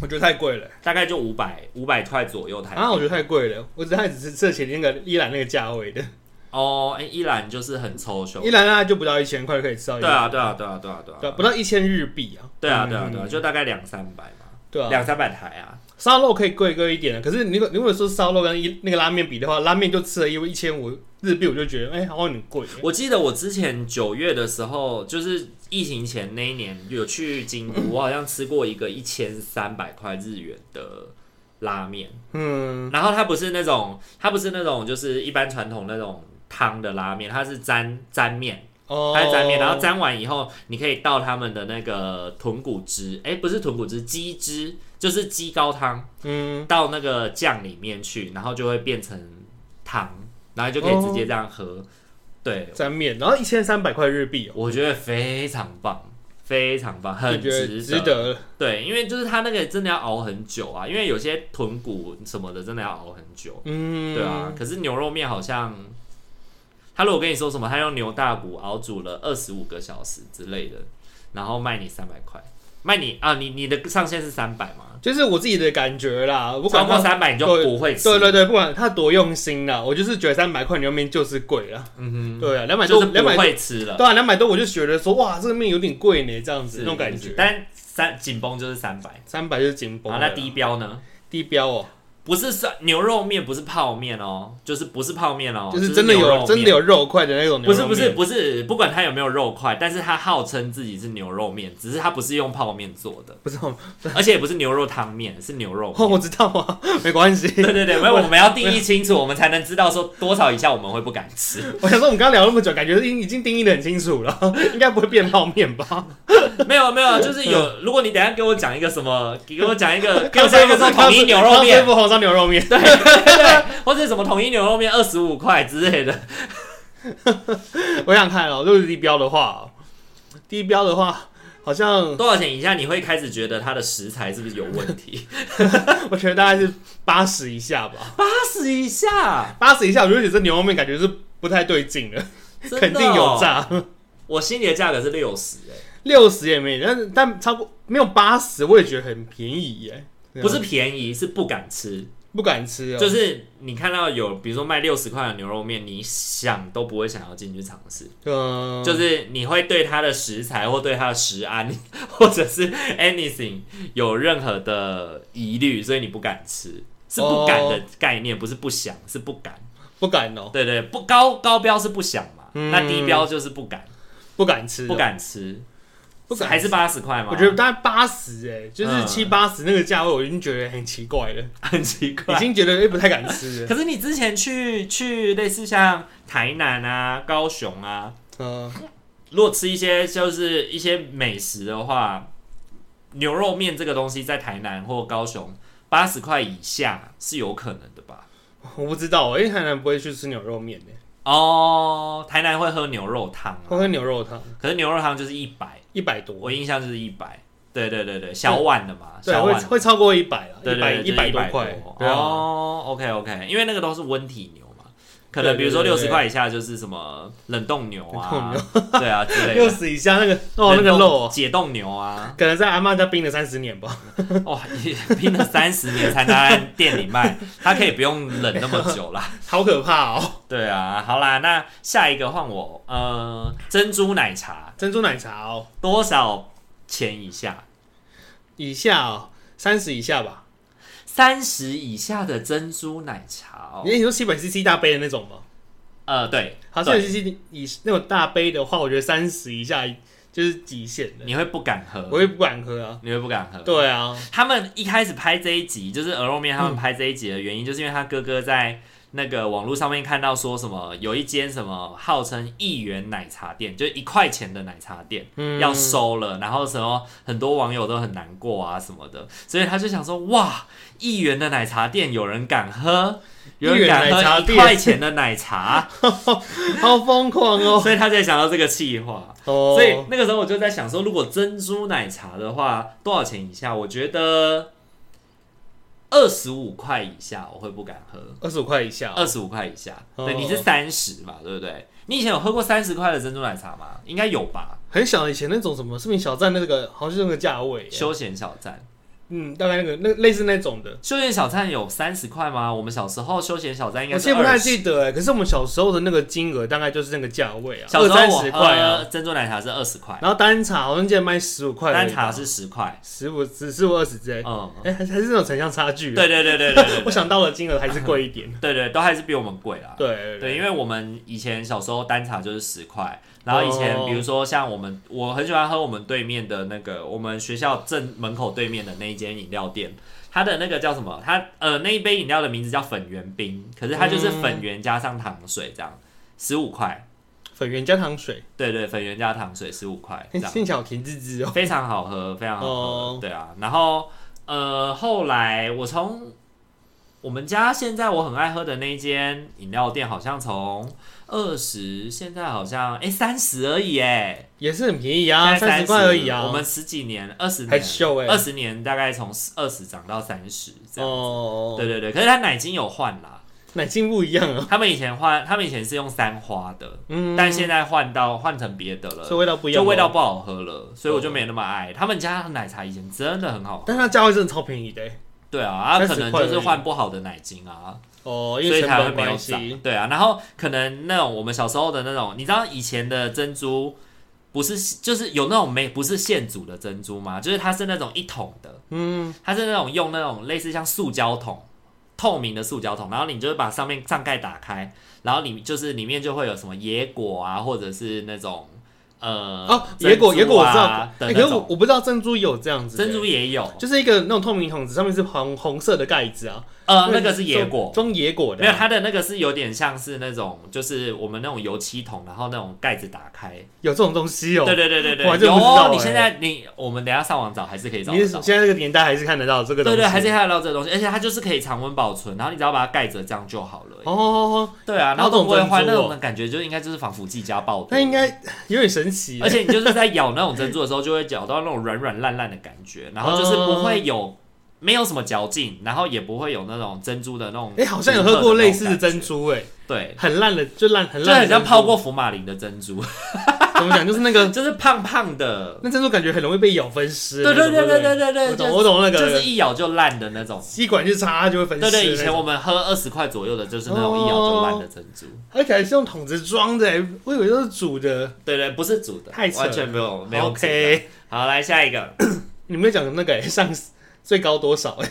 [SPEAKER 2] 我觉得太贵了
[SPEAKER 1] 大概就五百五百块左右台币。
[SPEAKER 2] 啊，我觉得太贵了。我只还只是这前那个伊兰那个价位的，
[SPEAKER 1] 哦，哎、一兰就是很抽胸。
[SPEAKER 2] 伊兰那就不到一千块可以吃到一
[SPEAKER 1] 对啊，对啊，对啊，对啊，对啊，
[SPEAKER 2] 对啊，不到一千日币啊。
[SPEAKER 1] 对啊，对啊，对啊，
[SPEAKER 2] 嗯
[SPEAKER 1] 就大概两三百嘛，
[SPEAKER 2] 对啊，
[SPEAKER 1] 两三百台啊。
[SPEAKER 2] 烧肉可以贵贵一点的，啊可是你如果如果说烧肉跟一那个拉面比的话，拉面就吃了一一千五日币，我就觉得哎、好像有点贵。
[SPEAKER 1] 我记得我之前九月的时候，就是疫情前那一年，有去京都，我好像吃过一个一千三百块日元的拉面，
[SPEAKER 2] 嗯，
[SPEAKER 1] 然后它不是那种，它不是那种就是一般传统那种汤的拉面，它是沾沾面，
[SPEAKER 2] 哦，
[SPEAKER 1] 它是沾面，然后沾完以后，你可以倒他们的那个豚骨汁，哎，不是豚骨汁，鸡汁，就是鸡高汤。
[SPEAKER 2] 嗯，
[SPEAKER 1] 到那个酱里面去，然后就会变成汤，然后就可以直接这样喝。对，
[SPEAKER 2] 沾面，然后一千三百块日币、哦，
[SPEAKER 1] 我觉得非常棒，非常棒，很
[SPEAKER 2] 就觉得
[SPEAKER 1] 值
[SPEAKER 2] 值得。
[SPEAKER 1] 对，因为就是它那个真的要熬很久啊，因为有些豚骨什么的真的要熬很久。
[SPEAKER 2] 嗯，
[SPEAKER 1] 对啊，，可是牛肉面好像。他如果跟你说什么，他用牛大骨熬煮了二十五个小时之类的，然后卖你三百块，卖你啊，你你的上限是三百嘛？
[SPEAKER 2] 就是我自己的感觉啦，不
[SPEAKER 1] 超
[SPEAKER 2] 管
[SPEAKER 1] 过
[SPEAKER 2] 他，
[SPEAKER 1] 三百你就
[SPEAKER 2] 对
[SPEAKER 1] 不会吃。
[SPEAKER 2] 对对对，不管他多用心啦，我就是觉得三百块牛肉面就是贵啦。
[SPEAKER 1] 嗯
[SPEAKER 2] 对啊，两百
[SPEAKER 1] 哼，就
[SPEAKER 2] 多
[SPEAKER 1] 是，
[SPEAKER 2] 两
[SPEAKER 1] 不
[SPEAKER 2] 百
[SPEAKER 1] 会吃了。
[SPEAKER 2] 对啊，两百多我就觉得说哇，这个面有点贵呢，这样子
[SPEAKER 1] 是
[SPEAKER 2] 那种感
[SPEAKER 1] 是
[SPEAKER 2] 觉。
[SPEAKER 1] 但三紧绷就是三百，
[SPEAKER 2] 三百就是紧绷
[SPEAKER 1] 然
[SPEAKER 2] 了
[SPEAKER 1] 后
[SPEAKER 2] 啦，
[SPEAKER 1] 那低标呢？
[SPEAKER 2] 低标哦，
[SPEAKER 1] 不是算牛肉面，不是泡面哦，就是不是泡面哦，
[SPEAKER 2] 就是是真的
[SPEAKER 1] 牛肉
[SPEAKER 2] 有
[SPEAKER 1] 面
[SPEAKER 2] 真的。有肉块的那种牛
[SPEAKER 1] 不
[SPEAKER 2] 肉
[SPEAKER 1] 是
[SPEAKER 2] 面。
[SPEAKER 1] 不是不是，不管它有没有肉块，但是它号称自己是牛肉面，只是它不是用泡面做的，
[SPEAKER 2] 不是我们
[SPEAKER 1] 而且也不是牛肉汤面，是牛肉
[SPEAKER 2] 哦，
[SPEAKER 1] 面。
[SPEAKER 2] 我知道啊， 没关系。
[SPEAKER 1] 对对对，没有，我们要定义清 楚，我们才能知道说多少以下我们会不敢吃。
[SPEAKER 2] 我想说，我们刚刚聊那么久，感觉已经已经定义的很清楚了， 应该不会变泡面吧？
[SPEAKER 1] 没有没有，就是有，如果你等一下给我讲一个什么，给我讲一 个，给我讲
[SPEAKER 2] 这
[SPEAKER 1] 一个说统一牛肉面，
[SPEAKER 2] 不红烧牛肉面， 对，
[SPEAKER 1] 或者什么统一牛肉面二十五块之类的，
[SPEAKER 2] 我想看哦，就是低标的话，低标的话，好像
[SPEAKER 1] 多少钱以下你会开始觉得它的食材是不是有问题？
[SPEAKER 2] 我觉得大概是八十以下吧，
[SPEAKER 1] 八十以下，
[SPEAKER 2] 八十以下，我就觉得这牛肉面感觉是不太对劲的，
[SPEAKER 1] 真的哦
[SPEAKER 2] 肯定有。诈。
[SPEAKER 1] 我心里的价格是六十，哎，
[SPEAKER 2] 六十也没，但是但超过没有八十，我也觉得很便宜耶，啊
[SPEAKER 1] 不是便宜，是不敢吃。
[SPEAKER 2] 不敢吃哦，
[SPEAKER 1] 就是你看到有，比如说卖六十块的牛肉面，你想都不会想要进去尝试，
[SPEAKER 2] 嗯，
[SPEAKER 1] 就是你会对它的食材或对它的食安，或者是 anything 有任何的疑虑，所以你不敢吃。是不敢
[SPEAKER 2] 哦
[SPEAKER 1] 的概念，不是不想，是不敢。
[SPEAKER 2] 不敢哦，
[SPEAKER 1] 对对，不高高标是不想嘛，
[SPEAKER 2] 嗯
[SPEAKER 1] 那低标就是不敢。
[SPEAKER 2] 不敢吃哦，
[SPEAKER 1] 不敢吃，
[SPEAKER 2] 不敢吃
[SPEAKER 1] 还是八十块吗？
[SPEAKER 2] 我觉得大概八十哎，就是
[SPEAKER 1] 嗯
[SPEAKER 2] 七八十那个价位，我已经觉得很奇怪了，
[SPEAKER 1] 很奇
[SPEAKER 2] 已
[SPEAKER 1] 怪。
[SPEAKER 2] 经觉得哎不太敢吃了。
[SPEAKER 1] 可是你之前去去类似像台南啊、高雄啊，
[SPEAKER 2] 嗯，
[SPEAKER 1] 如果吃一些就是一些美食的话，牛肉面这个东西在台南或高雄八十块以下是有可能的吧？
[SPEAKER 2] 我不知道欸，因为台南不会去吃牛肉面
[SPEAKER 1] 啊
[SPEAKER 2] 的，
[SPEAKER 1] 哦，台南会喝牛肉汤
[SPEAKER 2] 会
[SPEAKER 1] 啊，
[SPEAKER 2] 喝牛肉汤，
[SPEAKER 1] 可是牛肉汤就是一百，
[SPEAKER 2] 一百多，
[SPEAKER 1] 我印象就是一百。对对对对，小碗的嘛，
[SPEAKER 2] 对，
[SPEAKER 1] 小
[SPEAKER 2] 会
[SPEAKER 1] 碗的
[SPEAKER 2] 会超过一百啊，
[SPEAKER 1] 对
[SPEAKER 2] 一百
[SPEAKER 1] 对，
[SPEAKER 2] 一百
[SPEAKER 1] 多
[SPEAKER 2] 块，对啊，
[SPEAKER 1] 哦，OK OK，因为那个都是温体牛嘛，可能比如说
[SPEAKER 2] 对对
[SPEAKER 1] 六
[SPEAKER 2] 对
[SPEAKER 1] 十块以下就是什么冷冻牛啊，对啊之 类
[SPEAKER 2] 六
[SPEAKER 1] 的。
[SPEAKER 2] 十以下那个哦那
[SPEAKER 1] 冷
[SPEAKER 2] 个
[SPEAKER 1] 冻
[SPEAKER 2] 肉哦，
[SPEAKER 1] 解冻牛啊，
[SPEAKER 2] 可能在阿妈家冰了三十年吧，
[SPEAKER 1] 哇，也拼了三十年才拿来店里卖，它可以不用冷那么久啦。
[SPEAKER 2] 好可怕哦！
[SPEAKER 1] 对啊，好啦，那下一个换我，呃，珍珠奶茶
[SPEAKER 2] 珍珠奶茶哦，
[SPEAKER 1] 多少钱以下？
[SPEAKER 2] 以下哦，三十以下吧，
[SPEAKER 1] 三十以下的珍珠奶茶哦，
[SPEAKER 2] 你你说七百 CC 大杯的那种吗？
[SPEAKER 1] 呃，对，
[SPEAKER 2] 好像
[SPEAKER 1] 对
[SPEAKER 2] 尤其是以那种大杯的话，我觉得三十以下就是极限了，
[SPEAKER 1] 你会不敢喝，
[SPEAKER 2] 我也不敢喝啊。
[SPEAKER 1] 你会不敢喝。
[SPEAKER 2] 对啊，
[SPEAKER 1] 他们一开始拍这一集，就是鹅肉面他
[SPEAKER 2] 嗯
[SPEAKER 1] 们拍这一集的原因，就是因为他哥哥在那个网络上面看到说什么，有一间什么号称一元奶茶店，就是一块钱的奶茶店。
[SPEAKER 2] 嗯
[SPEAKER 1] 要收了，然后什么很多网友都很难过啊什么的，所以他就想说，哇，一元的奶茶店有人敢喝，有人敢
[SPEAKER 2] 一元奶茶
[SPEAKER 1] 喝一
[SPEAKER 2] 店
[SPEAKER 1] 块钱的奶茶，
[SPEAKER 2] 好疯狂哦。
[SPEAKER 1] 所以他才想到这个气话。
[SPEAKER 2] 哦，
[SPEAKER 1] 所以那个时候我就在想说，如果珍珠奶茶的话，多少钱以下？我觉得二十五块以下我会不敢喝，
[SPEAKER 2] 二十五块以下哦，
[SPEAKER 1] 二十五块以下，
[SPEAKER 2] 哦
[SPEAKER 1] 对，你是三十嘛，对不对？你以前有喝过三十块的珍珠奶茶吗？应该有吧，
[SPEAKER 2] 很小以前那种什么视频小站那个，好像是那个价位耶，欸
[SPEAKER 1] 休闲小站。
[SPEAKER 2] 嗯，大概那个那类似那种的，
[SPEAKER 1] 休闲小站有三十块吗？我们小时候休闲小站应该
[SPEAKER 2] 我
[SPEAKER 1] 是
[SPEAKER 2] 记不太
[SPEAKER 1] 二十。
[SPEAKER 2] 记得哎。可是我们小时候的那个金额大概就是那个价位啊，
[SPEAKER 1] 小
[SPEAKER 2] 二
[SPEAKER 1] 时候
[SPEAKER 2] 三
[SPEAKER 1] 我呃
[SPEAKER 2] 十块啊
[SPEAKER 1] 喝。珍珠奶茶是二十块，
[SPEAKER 2] 然后单茶好像记得卖十五块而
[SPEAKER 1] 单
[SPEAKER 2] 已吧，
[SPEAKER 1] 茶是十块。
[SPEAKER 2] 十五，只十五二十之类。
[SPEAKER 1] 嗯，
[SPEAKER 2] 哎，还是还是那种城乡差距。啊
[SPEAKER 1] 对对对对对对
[SPEAKER 2] 我想到的金额还是贵一点。
[SPEAKER 1] 对对，都还是比我们贵啦。
[SPEAKER 2] 对
[SPEAKER 1] 对，因为我们以前小时候单茶就是十块，然后以前
[SPEAKER 2] 哦
[SPEAKER 1] 比如说像我们，我很喜欢喝我们对面的那个，我们学校正门口对面的那一间饮料店，它的那个叫什么？它呃那一杯饮料的名字叫粉圆冰，可是它就是粉
[SPEAKER 2] 嗯
[SPEAKER 1] 圆加上糖水这样，十五块。
[SPEAKER 2] 粉圆加糖水，
[SPEAKER 1] 对对，粉圆加糖水十五块这
[SPEAKER 2] 听
[SPEAKER 1] 样。
[SPEAKER 2] 听起来好甜滋滋哦。
[SPEAKER 1] 非常好喝，非常好喝，
[SPEAKER 2] 哦
[SPEAKER 1] 对啊。然后呃，后来我从我们家现在我很爱喝的那一间饮料店，好像从二十，现在好像哎三十而已哎，
[SPEAKER 2] 也是很便宜啊，
[SPEAKER 1] 现在
[SPEAKER 2] 三
[SPEAKER 1] 30
[SPEAKER 2] 十块而已啊。
[SPEAKER 1] 我们十几年，二十
[SPEAKER 2] 还
[SPEAKER 1] 年，
[SPEAKER 2] 秀哎、
[SPEAKER 1] 二十年大概从二十涨到三十这样。
[SPEAKER 2] 哦，
[SPEAKER 1] 对对对，可是它奶精有换啦，
[SPEAKER 2] 奶精不一样啊，
[SPEAKER 1] 他们以前换，他们以前是用三花的，
[SPEAKER 2] 嗯，
[SPEAKER 1] 但现在换到换成别的了
[SPEAKER 2] 所以。味道不一样，哦
[SPEAKER 1] 就味道。不好喝了，所以我就没那么爱。他们家的奶茶以前真的很好喝，
[SPEAKER 2] 但它价位真的超便宜的欸、
[SPEAKER 1] 对啊，他可
[SPEAKER 2] 30
[SPEAKER 1] 能
[SPEAKER 2] 块
[SPEAKER 1] 就是
[SPEAKER 2] 而已
[SPEAKER 1] 换不好的奶精啊，所
[SPEAKER 2] 哦，因为
[SPEAKER 1] 以
[SPEAKER 2] 成
[SPEAKER 1] 才会
[SPEAKER 2] 本
[SPEAKER 1] 没有
[SPEAKER 2] 关
[SPEAKER 1] 涨。
[SPEAKER 2] 系。
[SPEAKER 1] 对啊，然后可能那种我们小时候的那种，你知道以前的珍珠不是就是有那种没不是现煮的珍珠吗？就是它是那种一桶的，
[SPEAKER 2] 嗯，
[SPEAKER 1] 它是那种用那种类似像塑胶桶。透明的塑胶桶，然后你就是把上面上盖打开，然后里就是里面就会有什么野果啊，或者是那种呃
[SPEAKER 2] 哦，野
[SPEAKER 1] 珍珠
[SPEAKER 2] 果、
[SPEAKER 1] 啊
[SPEAKER 2] 野果我知道，
[SPEAKER 1] 的
[SPEAKER 2] 欸
[SPEAKER 1] 那
[SPEAKER 2] 可是我
[SPEAKER 1] 种
[SPEAKER 2] 我不知道珍珠有这样子的欸、
[SPEAKER 1] 珍珠也有，
[SPEAKER 2] 就是一个那种透明桶子，上面是红红色的盖子啊，
[SPEAKER 1] 呃，那个是野果，
[SPEAKER 2] 装装野果的
[SPEAKER 1] 没有，
[SPEAKER 2] 啊、
[SPEAKER 1] 它的那个是有点像是那种，就是我们那种油漆桶，然后那种盖子打开。
[SPEAKER 2] 有这种东西哦、
[SPEAKER 1] 对对对对对，
[SPEAKER 2] 我还真
[SPEAKER 1] 有
[SPEAKER 2] 不知道
[SPEAKER 1] 哦
[SPEAKER 2] 欸。
[SPEAKER 1] 你现在你我们等一下上网找还是可以找
[SPEAKER 2] 你
[SPEAKER 1] 得
[SPEAKER 2] 是
[SPEAKER 1] 到
[SPEAKER 2] 现。在这个年代还是看得到这个东
[SPEAKER 1] 对
[SPEAKER 2] 西，
[SPEAKER 1] 对，还是看得到这个东西，而且它就是可以常温保存，然后你只要把它盖着，这样就好了。欸
[SPEAKER 2] 哦哦哦，
[SPEAKER 1] 对啊，然后
[SPEAKER 2] 那
[SPEAKER 1] 都
[SPEAKER 2] 种
[SPEAKER 1] 不会坏，
[SPEAKER 2] 珍
[SPEAKER 1] 那
[SPEAKER 2] 珠哦
[SPEAKER 1] 种感觉就应该就是防腐剂加爆
[SPEAKER 2] 那
[SPEAKER 1] 的。
[SPEAKER 2] 应该有点神奇欸、
[SPEAKER 1] 而且你就是在咬那种珍珠的时候，就会嚼到那种软软烂烂的感觉，然后就是不会有没有什么嚼劲，然后也不会有那种珍珠的那种。
[SPEAKER 2] 哎、好像有喝过类似的珍，珠、欸，
[SPEAKER 1] 对，
[SPEAKER 2] 很烂的，就烂很
[SPEAKER 1] 嗯就
[SPEAKER 2] 烂，
[SPEAKER 1] 很像泡。过福马林的珍珠。
[SPEAKER 2] 怎么讲？就是那个
[SPEAKER 1] 就是胖胖的，
[SPEAKER 2] 那珍珠感觉很容易被咬分尸。
[SPEAKER 1] 对对对对对
[SPEAKER 2] 对
[SPEAKER 1] 对对，就
[SPEAKER 2] 我懂
[SPEAKER 1] 是
[SPEAKER 2] 我懂那个，
[SPEAKER 1] 就是一咬就烂的那种。
[SPEAKER 2] 吸管去插就会分
[SPEAKER 1] 对
[SPEAKER 2] 尸。
[SPEAKER 1] 对，以前我们喝二十块左右的，就是那种
[SPEAKER 2] 哦
[SPEAKER 1] 一咬就烂的珍珠。
[SPEAKER 2] 而且还是用桶子装的、欸，我以为都是煮的。
[SPEAKER 1] 对对，不是煮的，
[SPEAKER 2] 太扯了
[SPEAKER 1] 完全没有没有煮的。
[SPEAKER 2] OK，
[SPEAKER 1] 好，来下一个，
[SPEAKER 2] 你们讲的那个、欸、上最高多少、欸？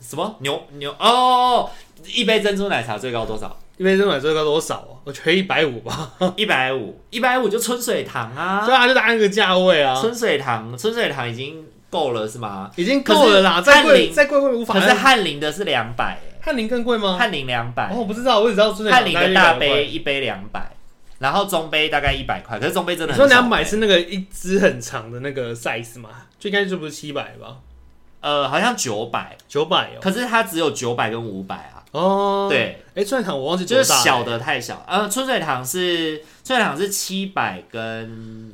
[SPEAKER 1] 什么牛牛哦，一杯珍珠奶茶最高多少？
[SPEAKER 2] 一杯珍珠奶最高多少啊？我觉得一百五吧。
[SPEAKER 1] 一百五，一百五就春水堂啊
[SPEAKER 2] 对，啊，就大概那个价位啊，
[SPEAKER 1] 春水堂，春水堂已经够了是吗？
[SPEAKER 2] 已经够了啦。
[SPEAKER 1] 可是
[SPEAKER 2] 再
[SPEAKER 1] 翰
[SPEAKER 2] 贵
[SPEAKER 1] 林
[SPEAKER 2] 再贵会无法哎
[SPEAKER 1] 可。是翰林的是两百，欸
[SPEAKER 2] 翰林更贵吗？
[SPEAKER 1] 翰林两百
[SPEAKER 2] 哦，，我不知道，我只知道春水
[SPEAKER 1] 翰
[SPEAKER 2] 堂
[SPEAKER 1] 林
[SPEAKER 2] 概
[SPEAKER 1] 的
[SPEAKER 2] 100
[SPEAKER 1] 大
[SPEAKER 2] 块
[SPEAKER 1] 杯。一杯两百，然后中杯大概一百块，可是中杯真的
[SPEAKER 2] 你
[SPEAKER 1] 很
[SPEAKER 2] 说
[SPEAKER 1] 少
[SPEAKER 2] 两百
[SPEAKER 1] 欸
[SPEAKER 2] 是那个一支很长的那个 size 吗？最应该就不是七百吧？
[SPEAKER 1] 呃，好像九百，
[SPEAKER 2] 九百哦。
[SPEAKER 1] 可是它只有九百跟五百啊。
[SPEAKER 2] 哦，，
[SPEAKER 1] 对，
[SPEAKER 2] 哎，春水堂我忘记
[SPEAKER 1] 就是
[SPEAKER 2] 多大了
[SPEAKER 1] 小的太小。呃，春水堂是春水堂是七百跟，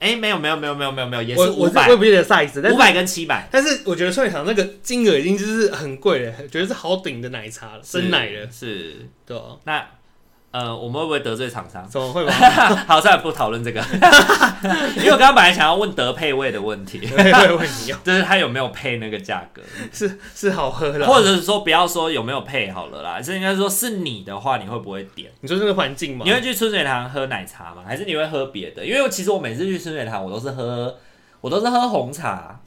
[SPEAKER 1] 哎，没有没有没有没有没有没有，也
[SPEAKER 2] 我
[SPEAKER 1] 是
[SPEAKER 2] 我
[SPEAKER 1] 五
[SPEAKER 2] 是我也
[SPEAKER 1] 百，
[SPEAKER 2] 不记得 size，但
[SPEAKER 1] 五
[SPEAKER 2] 是
[SPEAKER 1] 百跟七百，
[SPEAKER 2] 但是我觉得春水堂那个金额已经就是很贵了，觉得是好顶的奶茶了，生奶了，
[SPEAKER 1] 是。
[SPEAKER 2] 对啊，
[SPEAKER 1] 那呃，我们会不会得罪厂商？
[SPEAKER 2] 怎么会吗？
[SPEAKER 1] 好，算了，不讨论这个， 因为我刚刚本来想要问德配位的问题，
[SPEAKER 2] 我也会问你哦，
[SPEAKER 1] 就是他有没有配那个价格，
[SPEAKER 2] 是是好喝啦，
[SPEAKER 1] 或者是啊说不要说有没有配好了啦，是应该说是你的话，你会不会点？
[SPEAKER 2] 你说这个环境吗
[SPEAKER 1] 你？会去春水堂喝奶茶吗？还是你会喝别的？因为其实我每次去春水堂，我都是喝，我都是喝红茶，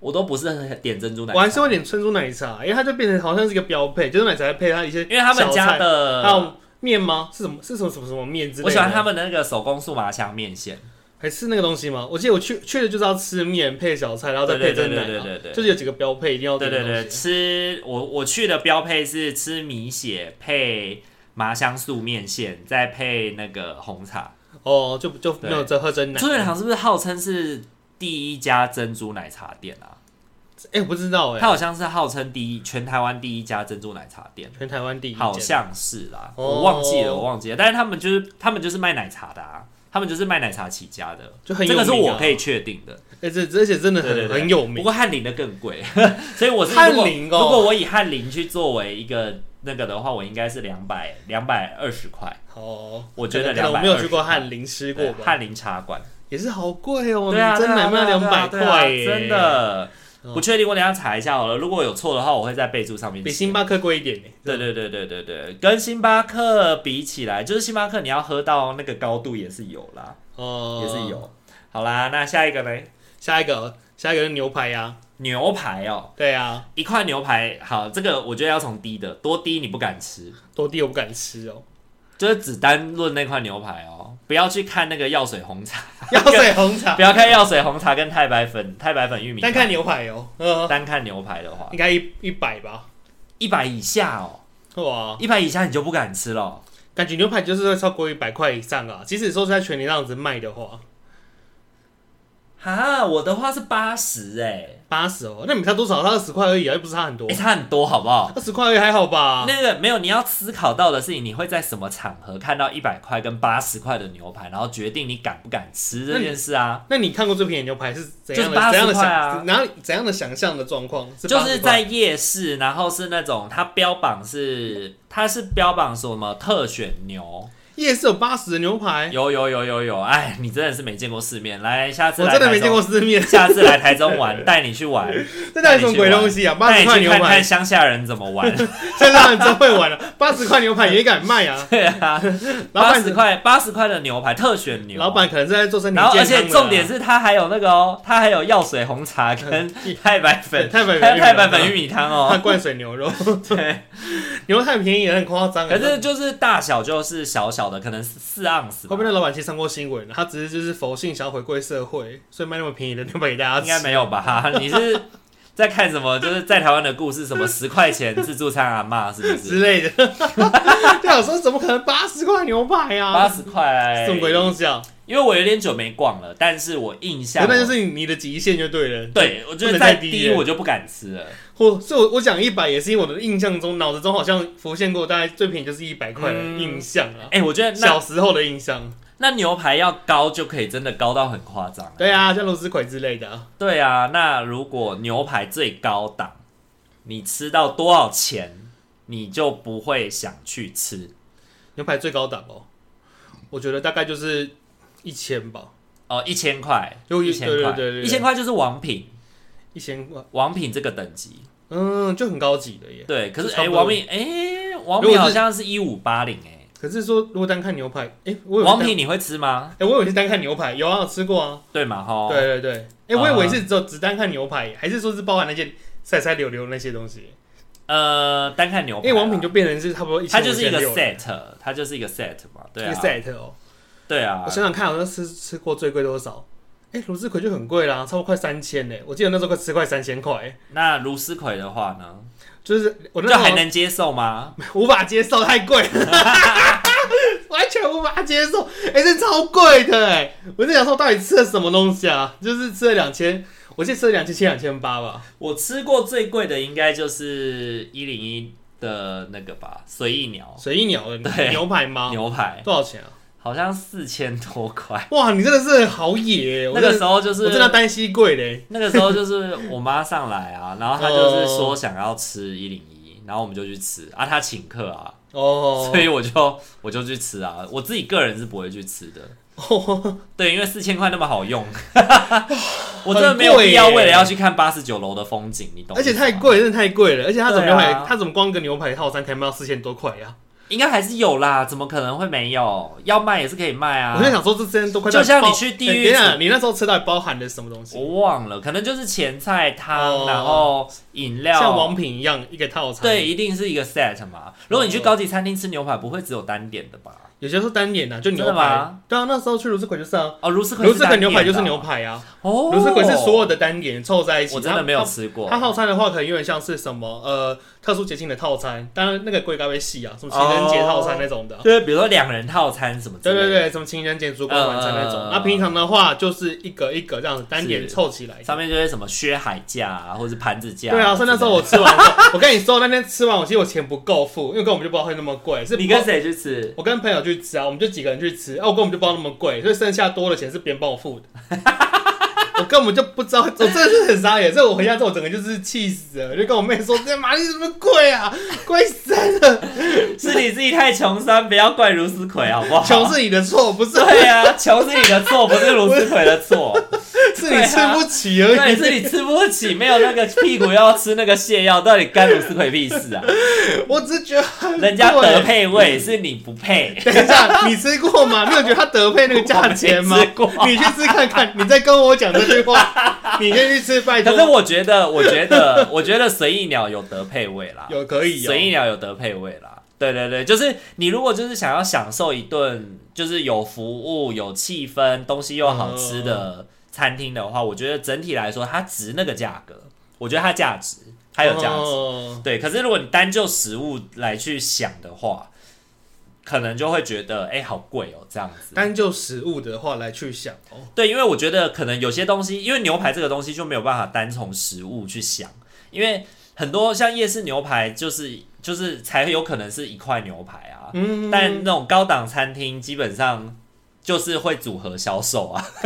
[SPEAKER 1] 我都不是喝点珍珠奶茶。
[SPEAKER 2] 我还是会点珍珠奶茶，因为它就变成好像是一个标配，珍珠奶茶配它一些，
[SPEAKER 1] 因为他们家，
[SPEAKER 2] 还
[SPEAKER 1] 的
[SPEAKER 2] 有面吗？是什么？是什么什么什么面之类的？
[SPEAKER 1] 我喜欢他们的那个手工素麻香面线，
[SPEAKER 2] 还吃那个东西吗？我记得我去去的就是要吃面配小菜，然后再
[SPEAKER 1] 对
[SPEAKER 2] 配
[SPEAKER 1] 对
[SPEAKER 2] 蒸奶嘛，
[SPEAKER 1] 对对对对
[SPEAKER 2] 就是有几个标配一定要
[SPEAKER 1] 对
[SPEAKER 2] 点的
[SPEAKER 1] 对
[SPEAKER 2] 哦东西。
[SPEAKER 1] 对，吃我我去的标配是吃米血配麻香素面线，再配那个红茶。
[SPEAKER 2] 哦，就就没
[SPEAKER 1] 对
[SPEAKER 2] 有在喝蒸奶。
[SPEAKER 1] 朱元堂是不是号称是第一家珍珠奶茶店啊？
[SPEAKER 2] 哎、我不知道哎、
[SPEAKER 1] 他好像是号称第一全台湾第一家珍珠奶茶店，
[SPEAKER 2] 全台湾第一间，
[SPEAKER 1] 好像是啦，
[SPEAKER 2] 哦
[SPEAKER 1] 我忘记了，我忘记了。但是他们就是他们就是卖奶茶的啊，他们就是卖奶茶起家的，
[SPEAKER 2] 就很有
[SPEAKER 1] 这
[SPEAKER 2] 名、
[SPEAKER 1] 个
[SPEAKER 2] 啊。
[SPEAKER 1] 是我可以确定的。
[SPEAKER 2] 哎、这这而且 真的很
[SPEAKER 1] 对对对
[SPEAKER 2] 很有
[SPEAKER 1] 不
[SPEAKER 2] 名。
[SPEAKER 1] 过翰林的更贵， 所以我是
[SPEAKER 2] 翰
[SPEAKER 1] 如果
[SPEAKER 2] 林哦
[SPEAKER 1] 如果我以翰林去作为一个那个的话，我应该是两百两百二十块，
[SPEAKER 2] 哦，
[SPEAKER 1] 我觉得
[SPEAKER 2] 可能可能我
[SPEAKER 1] 220
[SPEAKER 2] 没有去过翰林吃过
[SPEAKER 1] 对
[SPEAKER 2] 吧，
[SPEAKER 1] 翰林茶馆，
[SPEAKER 2] 也是好贵哦，
[SPEAKER 1] 对啊，
[SPEAKER 2] 真
[SPEAKER 1] 对
[SPEAKER 2] 奶
[SPEAKER 1] 啊
[SPEAKER 2] 卖
[SPEAKER 1] 对啊
[SPEAKER 2] 两百
[SPEAKER 1] 对啊
[SPEAKER 2] 块
[SPEAKER 1] 对
[SPEAKER 2] 耶，
[SPEAKER 1] 啊真的
[SPEAKER 2] 嗯
[SPEAKER 1] 不确定，我等一下查一下好了。如果有错的话，我会在备注上面
[SPEAKER 2] 比
[SPEAKER 1] 写。
[SPEAKER 2] 星巴克贵一点呢。
[SPEAKER 1] 对对对对对对，跟星巴克比起来，就是星巴克你要喝到那个高度也是有啦，
[SPEAKER 2] 哦，
[SPEAKER 1] 也是。有。好啦，那下一个呢？
[SPEAKER 2] 下一个，下一个是牛排呀、
[SPEAKER 1] 牛排哦，
[SPEAKER 2] 对啊，
[SPEAKER 1] 一块牛排，好，这个我觉得要从低的，多低你不敢吃，
[SPEAKER 2] 多低我不敢吃 哦，
[SPEAKER 1] 就是只单论那块牛排哦，不要去看那个药水红茶，
[SPEAKER 2] 药水红茶
[SPEAKER 1] 不，要看药水红茶跟太白粉、太白粉玉米
[SPEAKER 2] 单
[SPEAKER 1] 汤，
[SPEAKER 2] 看牛排哦，嗯，
[SPEAKER 1] 单看牛排的话，
[SPEAKER 2] 应该一一百吧，
[SPEAKER 1] 一百以下哦，
[SPEAKER 2] 哇，
[SPEAKER 1] 一百以下你就不敢吃了。
[SPEAKER 2] 感觉牛排就是会超过一百块以上啊，即使说是在全年那样子卖的话，
[SPEAKER 1] 哈，我的话是八十哎，
[SPEAKER 2] 八十哦，那你们差多少？差二十块而已啊，又不是差很多
[SPEAKER 1] 哎，，差很多好不好？
[SPEAKER 2] 二十块而已还好吧？
[SPEAKER 1] 那个没有，你要思考到的是，你会在什么场合看到一百块跟八十块的牛排，然后决定你敢不敢吃这件事啊。
[SPEAKER 2] 那你看过最便宜的牛排是怎样
[SPEAKER 1] 就
[SPEAKER 2] 的？
[SPEAKER 1] 是80
[SPEAKER 2] 怎样的
[SPEAKER 1] 块啊
[SPEAKER 2] 想？然后怎样的想象的状况？是
[SPEAKER 1] 就是在
[SPEAKER 2] 80块
[SPEAKER 1] 夜市，然后是那种它标榜是它是标榜什么特选牛，
[SPEAKER 2] 夜市有八十的牛排，
[SPEAKER 1] 有有有有有，哎，你真的是没见过世面，来下次
[SPEAKER 2] 我
[SPEAKER 1] 来
[SPEAKER 2] 真的
[SPEAKER 1] 台
[SPEAKER 2] 没见
[SPEAKER 1] 中
[SPEAKER 2] 过，世面，
[SPEAKER 1] 下次来台中 玩，带你去玩，
[SPEAKER 2] 这到底什么鬼东西啊？八
[SPEAKER 1] 带
[SPEAKER 2] 十
[SPEAKER 1] 你
[SPEAKER 2] 块
[SPEAKER 1] 去
[SPEAKER 2] 牛
[SPEAKER 1] 看
[SPEAKER 2] 排
[SPEAKER 1] 看，乡下人怎么 玩，
[SPEAKER 2] 现在人真会玩了，八十块牛排也敢卖 啊？
[SPEAKER 1] 对啊，
[SPEAKER 2] 老
[SPEAKER 1] 八
[SPEAKER 2] 板
[SPEAKER 1] 十块八十块的牛排特选牛，
[SPEAKER 2] 老板可能是在做身体
[SPEAKER 1] 然后，而
[SPEAKER 2] 健康
[SPEAKER 1] 且
[SPEAKER 2] 的啊
[SPEAKER 1] 重点是它还有那个哦，它还有药水红茶跟太白
[SPEAKER 2] 对
[SPEAKER 1] 粉，
[SPEAKER 2] 太
[SPEAKER 1] 还有
[SPEAKER 2] 白粉玉米啊
[SPEAKER 1] 太白粉玉米汤
[SPEAKER 2] 它
[SPEAKER 1] 哦。
[SPEAKER 2] 灌水牛肉，
[SPEAKER 1] 对，
[SPEAKER 2] 牛肉太便宜了，很夸张啊。
[SPEAKER 1] 可是就是大小就是小小的，可能是四盎司吧
[SPEAKER 2] 后，面那老板其实上过新闻，他只是就是佛性想要回归社会，所以卖那么便宜的牛排给大家
[SPEAKER 1] 应该
[SPEAKER 2] 吃。
[SPEAKER 1] 没有吧？ 你是在看什么？就是在台湾的故事，什么十块钱自助餐阿妈是不
[SPEAKER 2] 之
[SPEAKER 1] 是？
[SPEAKER 2] 类的， 就想说怎么可能八十块牛排
[SPEAKER 1] 八
[SPEAKER 2] 啊？
[SPEAKER 1] 十块
[SPEAKER 2] 什，么鬼东西啊？
[SPEAKER 1] 因为我有点久没逛了，但是我印象，
[SPEAKER 2] 那就是你的极限就对了。
[SPEAKER 1] 对我觉得
[SPEAKER 2] 不能
[SPEAKER 1] 再
[SPEAKER 2] 再低
[SPEAKER 1] 低
[SPEAKER 2] 了
[SPEAKER 1] 我就不敢吃了。
[SPEAKER 2] 我所以我我讲一百也是因为我的印象中，脑子中好像浮现过大概最便宜就是一百块的
[SPEAKER 1] 嗯
[SPEAKER 2] 印象啊，
[SPEAKER 1] 哎，我觉得那
[SPEAKER 2] 小时候的印象。
[SPEAKER 1] 那牛排要高就可以真的高到很夸张。欸
[SPEAKER 2] 对啊，像螺丝葵之类的啊，
[SPEAKER 1] 对啊，那如果牛排最高档，你吃到多少钱，你就不会想去吃
[SPEAKER 2] 牛排最高档哦，我觉得大概就是一千吧，
[SPEAKER 1] 哦，一千块，
[SPEAKER 2] 就
[SPEAKER 1] 一千
[SPEAKER 2] 对对
[SPEAKER 1] 块
[SPEAKER 2] 对对，对
[SPEAKER 1] 一千块就是王品，
[SPEAKER 2] 一千块，
[SPEAKER 1] 王品这个等级。
[SPEAKER 2] 嗯，就很高级的耶。
[SPEAKER 1] 对，可
[SPEAKER 2] 就是差
[SPEAKER 1] 哎、
[SPEAKER 2] 不多
[SPEAKER 1] 王品哎、王
[SPEAKER 2] 如果
[SPEAKER 1] 品
[SPEAKER 2] 是
[SPEAKER 1] 好像是一五八零哎，
[SPEAKER 2] 可是说如果单看牛排，哎，我有
[SPEAKER 1] 王
[SPEAKER 2] 单
[SPEAKER 1] 品你会吃吗？
[SPEAKER 2] 哎，我有去单看牛排，有啊，有吃过啊，
[SPEAKER 1] 对嘛吼，
[SPEAKER 2] 对对对，哎，我以
[SPEAKER 1] 啊
[SPEAKER 2] 为是只有只单看牛排，还是说是包含那些塞塞溜溜那些东西？
[SPEAKER 1] 呃，单看牛排
[SPEAKER 2] 因
[SPEAKER 1] 啦，
[SPEAKER 2] 为王品就变成是差不多一
[SPEAKER 1] 它
[SPEAKER 2] 千，
[SPEAKER 1] 就是一个
[SPEAKER 2] 一
[SPEAKER 1] set，它就是一个 set 嘛，对
[SPEAKER 2] 个
[SPEAKER 1] 啊，
[SPEAKER 2] set 哦。
[SPEAKER 1] 对啊
[SPEAKER 2] 我，想想看，我那吃吃过最贵多少？哎、罗志奎就很贵啦，超过快三千呢。我记得那时候快吃快三千块，
[SPEAKER 1] 那卢思奎的话呢，
[SPEAKER 2] 就是我那
[SPEAKER 1] 就还
[SPEAKER 2] 时
[SPEAKER 1] 能接受吗？
[SPEAKER 2] 候无法接受，太贵了， 完全无法接受。哎、这超贵的哎！我在想说，到底吃了什么东西啊？就是吃了两千，我记得吃了两千七、两千八吧。
[SPEAKER 1] 我吃过最贵的应该就是一零一的那个吧，随意鸟
[SPEAKER 2] 随意鸟的
[SPEAKER 1] 对
[SPEAKER 2] 牛排吗？
[SPEAKER 1] 牛排，
[SPEAKER 2] 多少钱啊？
[SPEAKER 1] 好像四千多块。
[SPEAKER 2] 哇，你真的是好野欸！我
[SPEAKER 1] 那
[SPEAKER 2] 真的
[SPEAKER 1] 个时候就是
[SPEAKER 2] 我 真的单膝跪嘞。
[SPEAKER 1] 那个时候就是我妈上来啊，然后她
[SPEAKER 2] 哦
[SPEAKER 1] 就是说想要吃一零一，然后我们就去吃啊，她请客啊，
[SPEAKER 2] 哦
[SPEAKER 1] 所以我就我就去吃啊，我自己个人是不会去吃的。
[SPEAKER 2] 哦
[SPEAKER 1] 对，因为四千块那么好 用，我真的没有必要
[SPEAKER 2] 很贵耶
[SPEAKER 1] 为了要去看八十九楼的风景，你懂？
[SPEAKER 2] 而且太，贵，真的太贵了。而且他怎么牛
[SPEAKER 1] 对
[SPEAKER 2] 排，
[SPEAKER 1] 啊
[SPEAKER 2] 他怎么光一个牛排套餐可以卖到四千多块呀、啊
[SPEAKER 1] 应该还是有啦，怎么可能会没有？要卖也是可以卖啊。
[SPEAKER 2] 我在想说，这之前都快
[SPEAKER 1] 就像
[SPEAKER 2] 到
[SPEAKER 1] 你
[SPEAKER 2] 包
[SPEAKER 1] 去地
[SPEAKER 2] 哎
[SPEAKER 1] 狱
[SPEAKER 2] 等一下你那时候吃到底包含了什么东西？
[SPEAKER 1] 我忘了，可能就是前菜、汤，
[SPEAKER 2] 哦
[SPEAKER 1] 然后饮料，
[SPEAKER 2] 像王品一样一个套餐。
[SPEAKER 1] 对，，一定是一个 set 嘛。如果你去高级餐厅吃牛排，不会只有单点的吧？
[SPEAKER 2] 有些是单点的、就牛
[SPEAKER 1] 真的
[SPEAKER 2] 排
[SPEAKER 1] 吗。
[SPEAKER 2] 对啊，那时候去卢氏葵就是啊，
[SPEAKER 1] 哦，卢斯奎
[SPEAKER 2] 卢
[SPEAKER 1] 是
[SPEAKER 2] 氏
[SPEAKER 1] 单
[SPEAKER 2] 葵
[SPEAKER 1] 点的
[SPEAKER 2] 牛排就是牛排啊，
[SPEAKER 1] 哦，
[SPEAKER 2] 卢氏葵是所有的单点凑在一起。
[SPEAKER 1] 我真的没有
[SPEAKER 2] 它
[SPEAKER 1] 吃过。
[SPEAKER 2] 它套餐的话，可能有点像是什么呃特殊节庆的套餐，当然那个贵该会细啊，什么情人节套餐那种的啊。
[SPEAKER 1] 就是比如说两人套餐什么之
[SPEAKER 2] 对
[SPEAKER 1] 类的，
[SPEAKER 2] 对对，什么情人节烛光晚餐那种。
[SPEAKER 1] 嗯
[SPEAKER 2] 那平常的话，就是一个一个这样子单点
[SPEAKER 1] 是
[SPEAKER 2] 凑起来。
[SPEAKER 1] 上面就是什么薛海架啊，或者是盘子架。
[SPEAKER 2] 对啊，所以那时候我吃完之后，我跟你说那天吃完，我其实我钱不够付，因为根本就不知道会那么贵。是
[SPEAKER 1] 你跟谁去吃？
[SPEAKER 2] 我跟朋友去吃啊，我们就几个人去吃，啊，我根本就不知道那么贵，所以剩下多的钱是别人帮我付的。 我根本就不知道，我真的是很傻眼。所以我回家之后，我整个就是气死了，我就跟我妹说：“这玛丽怎么贵啊，贵死了！
[SPEAKER 1] 是你自己太穷酸，不要怪卢斯奎好不好？
[SPEAKER 2] 穷是你的错，不是
[SPEAKER 1] 对啊，穷是你的错，不是卢斯奎的错。
[SPEAKER 2] 是你吃不起而
[SPEAKER 1] 对，
[SPEAKER 2] 已。
[SPEAKER 1] 是你吃不起，没有那个屁股要吃那个泻药，到底干卢斯奎屁事啊？
[SPEAKER 2] 我只是觉得很
[SPEAKER 1] 人家
[SPEAKER 2] 贵
[SPEAKER 1] 得配位，是你不配。
[SPEAKER 2] 等一下，你吃过吗？你有觉得它德配那个价钱吗
[SPEAKER 1] 我没吃？过
[SPEAKER 2] 你去吃看看，你再跟我讲这句话，你先去吃，拜
[SPEAKER 1] 可是
[SPEAKER 2] 托。
[SPEAKER 1] 我觉得，我觉得， 我觉得随意鸟有得配位啦，
[SPEAKER 2] 有哦可以有
[SPEAKER 1] 随意鸟有得配位啦。对对对，就是你如果就是想要享受一顿就是有服务、有气氛、东西又好吃的餐厅的话，我觉得整体来说它值那个价格，我觉得它价值它有价值。
[SPEAKER 2] 哦
[SPEAKER 1] 对，可是如果你单就食物来去想的话，可能就会觉得哎、好贵哦这样子。
[SPEAKER 2] 单就食物的话来去想哦，
[SPEAKER 1] 对，因为我觉得可能有些东西，因为牛排这个东西就没有办法单从食物去想，因为很多像夜市牛排就是就是才有可能是一块牛排啊，
[SPEAKER 2] 嗯
[SPEAKER 1] 但那种高档餐厅基本上。就是会组合销售啊，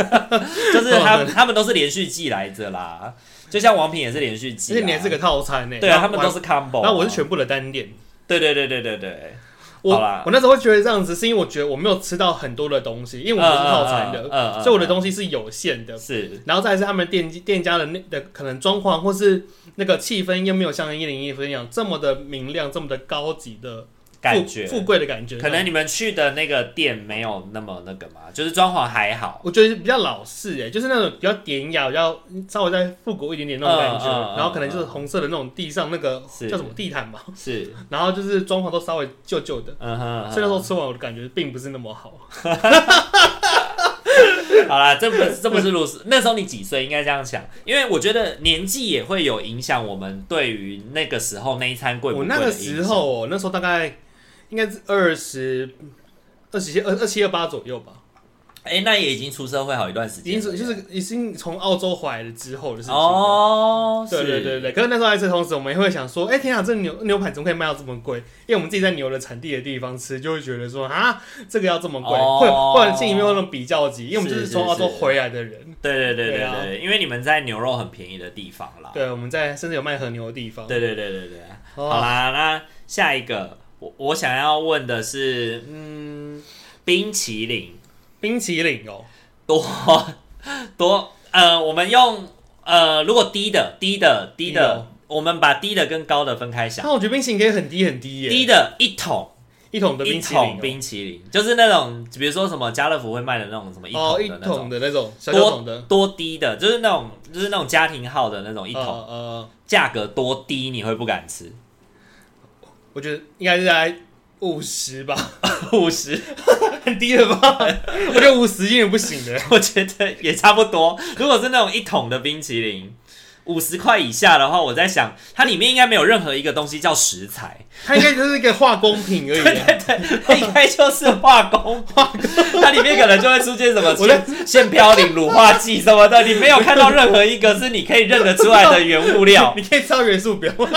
[SPEAKER 1] 就是 他他们都是连续季来着啦，就像王品也是连续季、
[SPEAKER 2] 而
[SPEAKER 1] 啊，
[SPEAKER 2] 且你还是个套餐呢、欸
[SPEAKER 1] 对啊，他们都是
[SPEAKER 2] 我
[SPEAKER 1] combo，
[SPEAKER 2] 还。那我是
[SPEAKER 1] 啊
[SPEAKER 2] 全部的单点。
[SPEAKER 1] 对对对对对对，
[SPEAKER 2] 我
[SPEAKER 1] 好啦
[SPEAKER 2] 我那时候会觉得这样子，是因为我觉得我没有吃到很多的东西，因为我不是套
[SPEAKER 1] 嗯嗯
[SPEAKER 2] 餐的，
[SPEAKER 1] 嗯嗯
[SPEAKER 2] 所以我的东西是有限的。
[SPEAKER 1] 是
[SPEAKER 2] 然后再来是他们店店家的那的可能装潢或是那个气氛，又没有像一零一分一样这么的明亮，这么的高级的
[SPEAKER 1] 感觉
[SPEAKER 2] 富富贵的感觉。
[SPEAKER 1] 可能你们去的那个店没有那么那个嘛，就是装潢还好，
[SPEAKER 2] 我觉得比较老式哎、就是那种比较典雅，比较稍微再复古一点点那种感觉。
[SPEAKER 1] 嗯嗯嗯
[SPEAKER 2] 然后可能就是红色的那种地上那个
[SPEAKER 1] 是
[SPEAKER 2] 叫什么地毯嘛，
[SPEAKER 1] 是，
[SPEAKER 2] 然后就是装潢都稍微旧旧的。
[SPEAKER 1] 嗯哼，嗯
[SPEAKER 2] 所以那时候吃完，我的感觉并不是那么好。
[SPEAKER 1] 哼好啦，这不这不是如斯，那时候你几岁？应该这样想，因为我觉得年纪也会有影响，我们对于那个时候那一餐贵不
[SPEAKER 2] 我
[SPEAKER 1] 贵
[SPEAKER 2] 那
[SPEAKER 1] 的
[SPEAKER 2] 个
[SPEAKER 1] 印象
[SPEAKER 2] 时，候，那时候大概应该是二十、二十七、二二七、二八左右吧，
[SPEAKER 1] 哎、那也已经出社会好一段时
[SPEAKER 2] 已
[SPEAKER 1] 间
[SPEAKER 2] 经
[SPEAKER 1] 了，
[SPEAKER 2] 是就是已经从澳洲回来了之后的事情了。
[SPEAKER 1] 哦，
[SPEAKER 2] 对啊对
[SPEAKER 1] 是
[SPEAKER 2] 对对，可是那时候还是同时，我们也会想说，哎、天啊，这牛牛排怎么可以卖到这么贵？因为我们自己在牛的产地的地方吃，就会觉得说，啊，这个要这么贵，
[SPEAKER 1] 哦
[SPEAKER 2] 会或者心里面有那种比较级，因为我们就是是从
[SPEAKER 1] 是
[SPEAKER 2] 澳洲
[SPEAKER 1] 是
[SPEAKER 2] 回来的人，
[SPEAKER 1] 对对对
[SPEAKER 2] 对
[SPEAKER 1] 对
[SPEAKER 2] 啊
[SPEAKER 1] 对，因为你们在牛肉很便宜的地方啦，
[SPEAKER 2] 对，我们在甚至有卖和牛的地方，
[SPEAKER 1] 对对对对对，
[SPEAKER 2] 哦
[SPEAKER 1] 好啦，那下一个我我想要问的是，嗯，冰淇淋
[SPEAKER 2] 冰淇淋哦，
[SPEAKER 1] 多多呃，我们用呃，如果低的低的低
[SPEAKER 2] 低的
[SPEAKER 1] 的，我们把低的跟高的分开想
[SPEAKER 2] 那，我觉得冰淇淋可以很低很低耶，
[SPEAKER 1] 低的一桶
[SPEAKER 2] 一桶的
[SPEAKER 1] 一
[SPEAKER 2] 冰淇淋哦、
[SPEAKER 1] 桶冰淇淋，就是那种比如说什么家乐福会卖的那种什么一
[SPEAKER 2] 哦，
[SPEAKER 1] 桶
[SPEAKER 2] 一
[SPEAKER 1] 的那
[SPEAKER 2] 桶
[SPEAKER 1] 种，
[SPEAKER 2] 的那种小小桶
[SPEAKER 1] 多
[SPEAKER 2] 的，
[SPEAKER 1] 多低的，就是那种就是那种家庭号的那种一桶，
[SPEAKER 2] 呃呃，
[SPEAKER 1] 价格多低你会不敢吃，
[SPEAKER 2] 我觉得应该是在五十吧，
[SPEAKER 1] 五十
[SPEAKER 2] 很低了吧？我觉得五十有点不行的。
[SPEAKER 1] 我觉得也差不多。如果是那种一桶的冰淇淋，五十块以下的话，我在想它里面应该没有任何一个东西叫食 材，
[SPEAKER 2] 它应该就是一个化工品而已，
[SPEAKER 1] 它应该就是化工，化工，它里面可能就会出现什么
[SPEAKER 2] 我在
[SPEAKER 1] 线线嘌呤、乳化剂什么的，你没有看到任何一个是你可以认得出来的原物 料。
[SPEAKER 2] 你可以知道元素表吗？